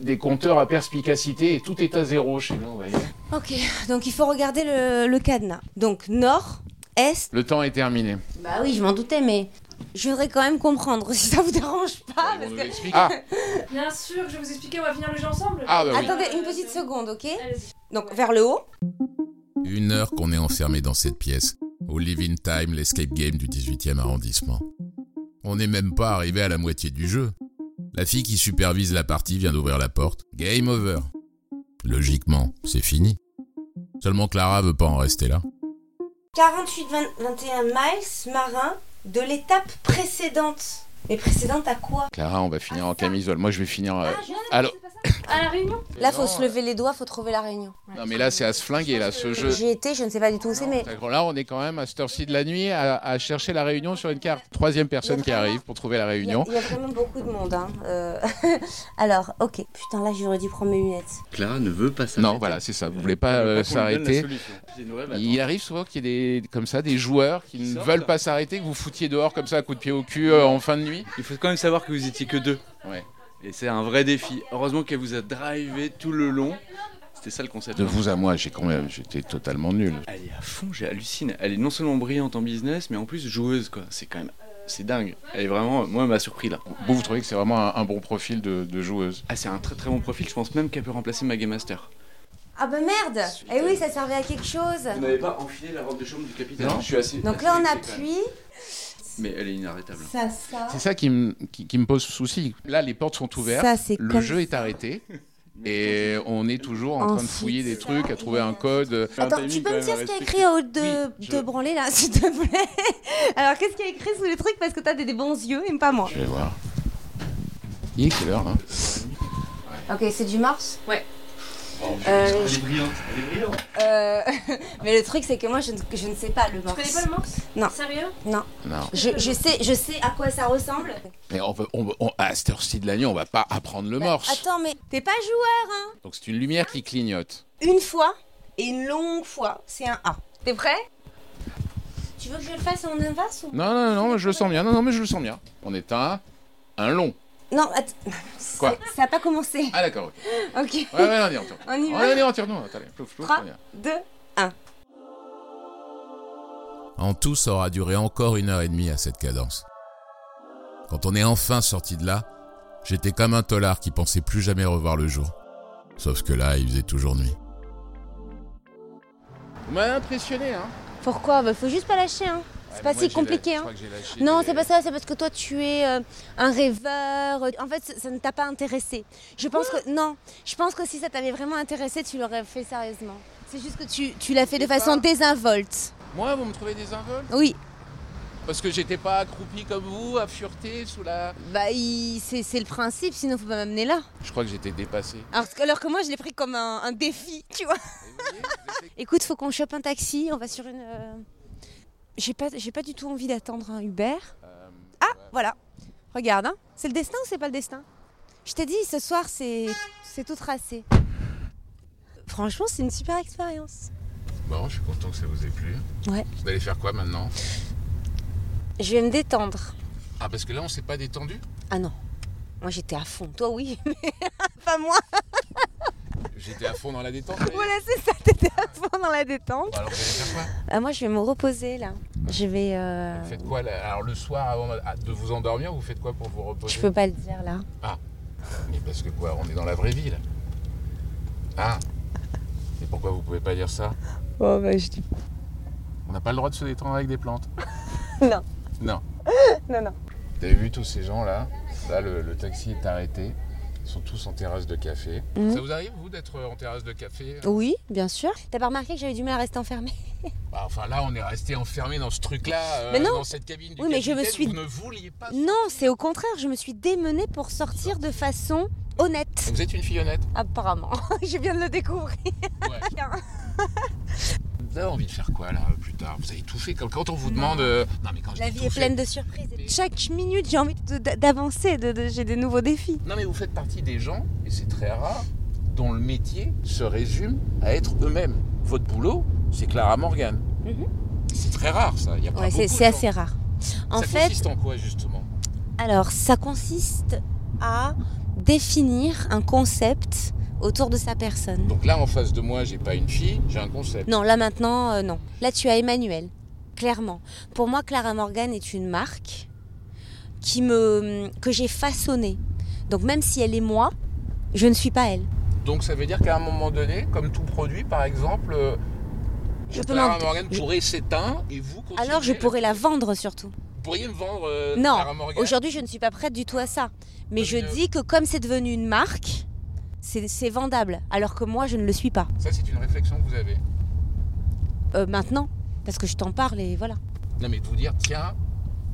S1: des compteurs à perspicacité et tout est à zéro chez nous, vous voyez.
S5: Ok, donc il faut regarder le, le cadenas. Donc nord, est.
S1: Le temps est terminé.
S5: Bah oui, je m'en doutais, mais je voudrais quand même comprendre si ça vous dérange pas. parce que-
S1: Ah,
S12: Bien sûr, que je vais vous expliquer, on va finir le jeu ensemble.
S1: Ah, bah oui.
S5: Attendez une petite seconde, ok Donc vers le haut.
S7: Une heure qu'on est enfermé dans cette pièce, au Live in Time, l'escape game du 18e arrondissement. On n'est même pas arrivé à la moitié du jeu. La fille qui supervise la partie vient d'ouvrir la porte. Game over. Logiquement, c'est fini. Seulement Clara veut pas en rester là.
S5: 48-21 miles marin de l'étape précédente. Mais précédente à quoi
S1: Clara, on va finir en camisole. Moi, je vais finir. euh,
S5: Ah, je-
S1: Alors,
S5: À la réunion Là, faut
S1: Non,
S5: se lever les doigts, faut trouver la réunion.
S1: non, mais là, c'est à se flinguer, là, ce jeu.
S5: J'y étais, je ne sais pas du tout où c'est, mais
S1: Là, on est quand même à cette heure-ci de la nuit à, à chercher la réunion sur une carte. Troisième personne qui arrive pour trouver la
S5: il y,
S1: réunion.
S5: a- il y a vraiment beaucoup de monde. hein. Euh, Alors, ok. Putain, là, j'aurais dû prendre mes lunettes.
S4: Clara ne veut pas s'arrêter.
S1: Non, voilà, c'est ça. Vous voulez pas euh, s'arrêter. Il arrive souvent qu'il y ait des, comme ça, des joueurs qui ne
S4: sortent.
S1: veulent pas s'arrêter, que vous foutiez dehors comme ça, à coup de pied au cul euh, en fin de nuit.
S4: Il faut quand même savoir que vous étiez que deux.
S1: Ouais.
S4: Et c'est un vrai défi. Heureusement qu'elle vous a drivé tout le long. C'était ça le concept.
S1: De vous à moi, j'ai quand même, j'étais totalement nul.
S4: Elle est à fond, j'ai halluciné. Elle est non seulement brillante en business, mais en plus joueuse, quoi. C'est quand même. C'est dingue. Elle est vraiment. Moi, elle m'a surpris là.
S1: Vous, vous trouvez que c'est vraiment un, un bon profil de, de joueuse
S4: Ah, c'est un très très bon profil. Je pense même qu'elle peut remplacer ma Game Master.
S5: Ah bah merde Eh oui, ça servait à quelque chose.
S4: n'avez pas enfilé la robe de chambre du capitaine
S1: Non.
S4: Je suis assez.
S5: Donc
S4: assez
S5: là, on
S4: vexé, quand même.
S5: appuie.
S4: Mais elle est inarrêtable.
S5: Ça, ça.
S1: C'est ça qui me, qui, qui me pose souci. Là, les portes sont ouvertes,
S5: Ça, c'est
S1: le
S5: comme
S1: jeu est arrêté. Et on est toujours en train de
S5: Ensuite,
S1: fouiller des trucs, à trouver un code.
S5: Attends, tu peux me dire ce qu'il y a écrit au haut de,
S1: Oui, je-
S5: de branler là, s'il te plaît Alors, qu'est-ce qu'il y a écrit sous le truc Parce que t'as des, des bons yeux et pas moi.
S1: Je vais voir. Il est quelle heure hein là
S5: Ok, c'est du Morse Ouais.
S4: Oh, Elle
S5: Euh,
S4: est brillante, elle est brillante.
S5: euh, mais le truc, c'est que moi, je ne, je ne sais pas le
S12: Tu
S5: Morse.
S12: connais pas le morse
S5: Non.
S12: Sérieux
S5: Non.
S1: Non.
S5: Je, je sais, je sais à quoi ça ressemble.
S1: Mais on peut- on- on- à cette heure-ci de la nuit, on va pas apprendre
S5: Bah,
S1: le morse.
S5: Attends, mais t'es pas joueur, hein
S1: Donc c'est une lumière qui clignote.
S5: Une fois et une longue fois, c'est un A. T'es prêt Tu veux que je le fasse en inverse ou...
S1: Non, non, non, mais je le sens bien. Non, non, mais je le sens bien. On est à un long.
S5: Non, attends.
S1: Quoi
S5: Ça a pas commencé.
S1: Ah d'accord. ok.
S5: Ok.
S1: Ouais, ouais, on y retourne.
S5: On y va
S1: on y retourne. Non, attendez. Plouf, plouf,
S5: 3,
S1: on y va.
S5: 2,
S7: En tout, ça aura duré encore une heure et demie à cette cadence. Quand on est enfin sorti de là, j'étais comme un tolard qui pensait plus jamais revoir le jour. Sauf que là, il faisait toujours nuit.
S1: Vous m'avez impressionné, hein
S5: Pourquoi Bah, Faut juste pas lâcher, hein. C'est pas si compliqué, hein. Non, c'est pas ça, c'est parce que toi tu es euh, un rêveur. En fait, ça- ça ne t'a pas intéressé. Je pense que non, je pense que si ça t'avait vraiment intéressé, tu l'aurais fait sérieusement. C'est juste que tu, tu l'as fait de façon désinvolte.
S1: Moi, vous me trouvez désinvolte
S5: Oui.
S1: Parce que j'étais pas accroupi comme vous, affurté sous la.
S5: Bah, il- c'est c'est le principe, sinon faut pas m'amener là.
S1: Je crois que j'étais dépassé.
S5: Alors, que- alors que moi, je l'ai pris comme un, un défi, tu vois. Écoute, faut qu'on chope un taxi, on va sur une. euh, J'ai pas, j'ai pas du tout envie d'attendre un Uber.
S7: Euh,
S5: ah, voilà. Regarde, hein. c'est le destin ou c'est pas le destin Je t'ai dit, ce soir, c'est c'est tout tracé. Franchement, c'est une super expérience.
S7: Bon, je suis content que ça vous ait plu.
S5: Ouais.
S7: Vous allez faire quoi maintenant
S5: Je vais me détendre.
S7: Ah, parce que là, on s'est pas détendu
S5: Ah non. Moi, j'étais à fond. Toi, oui, mais pas moi.
S7: J'étais à fond dans la détente.
S5: Voilà, c'est ça, t'étais à fond dans la détente.
S7: Alors, vous allez faire quoi
S5: Ah, moi, je vais me reposer là. Je vais. euh,
S7: Vous faites quoi là Alors, le soir, avant de vous endormir, vous faites quoi pour vous reposer
S5: Je peux pas le dire là.
S7: Ah, mais parce que quoi On est dans la vraie vie là. Ah Et pourquoi vous pouvez pas dire ça
S5: Oh, bah, je dis.
S7: On n'a pas le droit de se détendre avec des plantes.
S5: Non.
S7: Non.
S5: Non, non.
S7: T'as vu tous ces gens là Là, le, le taxi est arrêté. Ils sont tous en terrasse de café.
S5: Mhm.
S7: Ça vous arrive, vous, d'être en terrasse de café
S5: Oui, bien sûr. T'as pas remarqué que j'avais du mal à rester enfermée
S7: Bah, Enfin, là, on est resté enfermé dans ce truc-là, euh,
S5: Mais non.
S7: dans cette cabine du
S5: Oui, mais je me
S7: capitaine.
S5: suis-
S7: Vous ne vouliez pas.
S5: Non, c'est au contraire, je me suis démenée pour sortir de façon honnête.
S7: Vous êtes une fille honnête
S5: Apparemment, je viens de le découvrir.
S7: Vous avez envie de faire quoi là plus tard Vous avez tout fait comme quand on vous demande. euh, Non, mais quand je
S5: La
S7: dis
S5: vie
S7: tout
S5: est
S7: fait-
S5: pleine de surprises. et Chaque minute, j'ai envie de- d'avancer, de- de- j'ai des nouveaux défis.
S7: Non, mais vous faites partie des gens, et c'est très rare, dont le métier se résume à être eux-mêmes. Votre boulot, c'est Clara Morgan. C'est très rare ça. Il y a pas
S5: Mhm. Ouais, c'est
S7: Ah, beaucoup de
S5: c'est
S7: gens.
S5: assez rare. En
S7: ça
S5: fait,
S7: consiste en quoi justement
S5: Alors, ça consiste à définir un concept autour de sa personne.
S7: Donc là, en face de moi, j'ai pas une fille, j'ai un concept.
S5: Non, là maintenant, euh, non. Là, tu as Emmanuel, clairement. Pour moi, Clara Morgan est une marque qui me, que j'ai façonnée. Donc, même si elle est moi, je ne suis pas elle.
S7: Donc ça veut dire qu'à un moment donné, comme tout produit, par exemple, euh,
S5: Je peux
S7: Clara
S5: m'en-
S7: Morgan pourrait s'éteindre et vous continuez-
S5: Alors, je pourrais la vendre surtout.
S7: Vous pourriez me vendre euh,
S5: Non,
S7: Clara Morgan
S5: aujourd'hui, je ne suis pas prête du tout à ça. Mais je
S7: une-
S5: dis que comme c'est devenu une marque, c'est c'est vendable. Alors que moi, je ne le suis pas.
S7: Ça, c'est une réflexion que vous avez.
S5: Euh, maintenant, parce que je t'en parle et voilà.
S7: Non, mais de vous dire, tiens,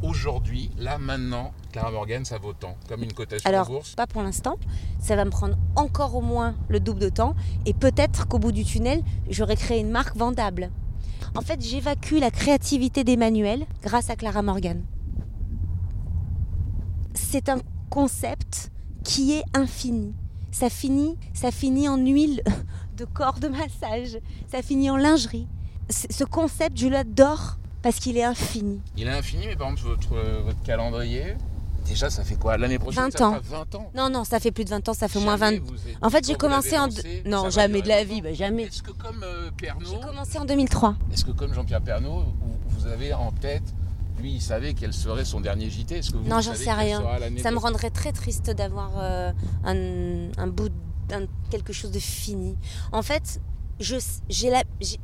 S7: aujourd'hui, là, maintenant, Clara Morgan, ça vaut tant, comme une cotation en
S5: Alors,
S7: bourse.
S5: pas pour l'instant. Ça va me prendre encore au moins le double de temps. Et peut-être qu'au bout du tunnel, j'aurai créé une marque vendable. En fait, j'évacue la créativité d'Emmanuel grâce à Clara Morgan. C'est un concept qui est infini. Ça finit, ça finit en huile de corps de massage. Ça finit en lingerie. C- Ce concept, je l'adore parce qu'il est infini.
S7: Il est infini, mais par exemple, votre, euh, votre calendrier, déjà, ça fait quoi L'année prochaine,
S5: 20
S7: ça
S5: ans.
S7: fera 20 ans.
S5: Non, non, ça fait plus de 20 ans, ça fait au moins 20.
S7: Jamais vous avez-
S5: En fait, j'ai
S7: quand vous
S5: commencé
S7: l'avez
S5: en.
S7: lancé,
S5: deux- Non,
S7: ça va
S5: jamais de la
S7: durer
S5: vie, bah, jamais.
S7: Est-ce que comme euh, Pernod,
S5: commencé en 2003.
S7: est-ce que comme Jean-Pierre Pernod, vous, vous avez en tête, lui, il savait quel serait son dernier JT Est-ce que vous
S5: non, j'en
S7: savez
S5: sais
S7: quelle sera
S5: rien.
S7: l'année
S5: Ça me
S7: de-
S5: rendrait très triste d'avoir euh, un, un bout, de- un- quelque chose de fini. En fait, je, j'ai la, j'ai-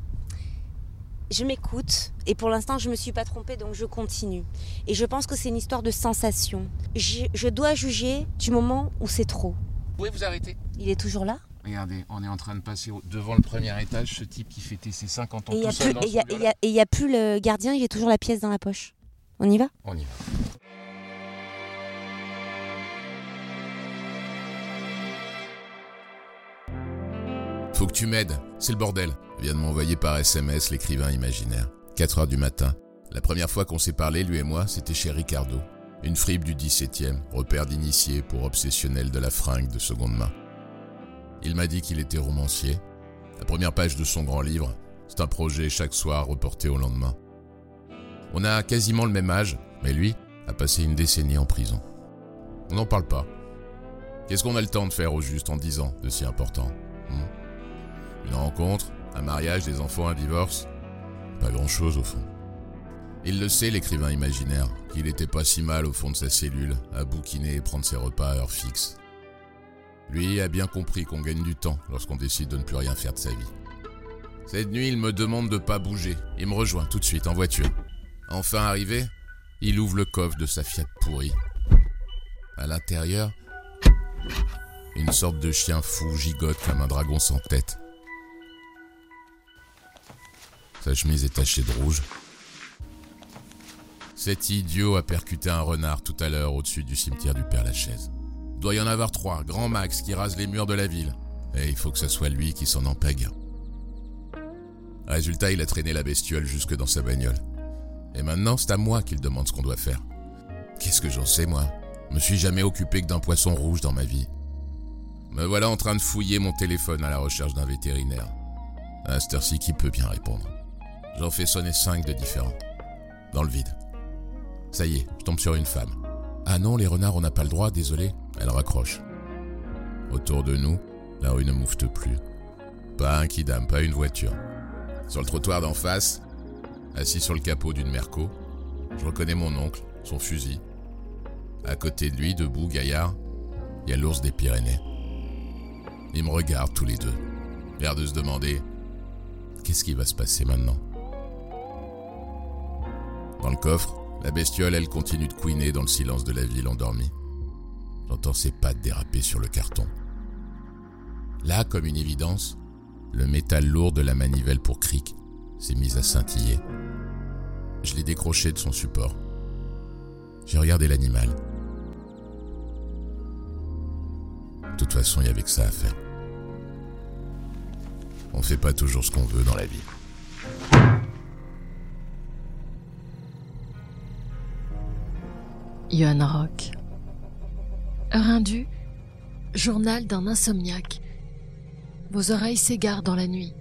S5: je m'écoute et pour l'instant, je me suis pas trompée, donc je continue. Et je pense que c'est une histoire de sensation. Je, je dois juger du moment où c'est trop.
S7: Vous pouvez vous arrêter
S5: Il est toujours là
S7: Regardez, on est en train de passer au- devant le premier étage, ce type qui fêtait ses 50 ans
S5: et il
S7: tout
S5: n'y a,
S7: seul
S5: plus-
S7: dans
S5: et
S7: son
S5: il y a- et il
S7: bureau.
S5: y a- et il y a plus le gardien, il y a toujours la pièce dans la poche. On y va
S7: On y va. Faut que tu m'aides, c'est le bordel. Vient de m'envoyer par SMS l'écrivain imaginaire. 4 heures du matin. La première fois qu'on s'est parlé, lui et moi, c'était chez Ricardo. Une fripe du 17e, repère d'initié pour obsessionnel de la fringue de seconde main. Il m'a dit qu'il était romancier. La première page de son grand livre, c'est un projet chaque soir reporté au lendemain. On a quasiment le même âge, mais lui a passé une décennie en prison. On n'en parle pas. Qu'est-ce qu'on a le temps de faire au juste en 10 ans de si important hmm Une rencontre, un mariage, des enfants, un divorce Pas grand-chose au fond. Il le sait, l'écrivain imaginaire, qu'il n'était pas si mal au fond de sa cellule, à bouquiner et prendre ses repas à heure fixe. Lui a bien compris qu'on gagne du temps lorsqu'on décide de ne plus rien faire de sa vie. Cette nuit, il me demande de pas bouger et me rejoint tout de suite en voiture. Enfin arrivé, il ouvre le coffre de sa Fiat pourrie. À l'intérieur, une sorte de chien fou gigote comme un dragon sans tête. Sa chemise est tachée de rouge. Cet idiot a percuté un renard tout à l'heure au-dessus du cimetière du Père Lachaise. Doit y en avoir trois, grand max, qui rasent les murs de la ville. Et il faut que ce soit lui qui s'en empègue. Résultat, il a traîné la bestiole jusque dans sa bagnole. Et maintenant, c'est à moi qu'il demande ce qu'on doit faire. Qu'est-ce que j'en sais, moi Me suis jamais occupé que d'un poisson rouge dans ma vie. Me voilà en train de fouiller mon téléphone à la recherche d'un vétérinaire. À cette heure-ci, qui peut bien répondre J'en fais sonner cinq de différents. Dans le vide. Ça y est, je tombe sur une femme. Ah non, les renards, on n'a pas le droit, désolé. Elle raccroche. Autour de nous, la rue ne moufte plus. Pas un kidam, pas une voiture. Sur le trottoir d'en face, assis sur le capot d'une Merco, je reconnais mon oncle, son fusil. À côté de lui, debout, gaillard, il y a l'ours des Pyrénées. Ils me regardent tous les deux, l'air de se demander qu'est-ce qui va se passer maintenant. Dans le coffre, la bestiole, elle continue de couiner dans le silence de la ville endormie. J'entends ses pattes déraper sur le carton. Là, comme une évidence, le métal lourd de la manivelle pour cric s'est mis à scintiller. Je l'ai décroché de son support. J'ai regardé l'animal. De toute façon, il y avait que ça à faire. On fait pas toujours ce qu'on veut dans la vie.
S13: Johan Rock. Heure indue, journal d'un insomniaque. Vos oreilles s'égarent dans la nuit.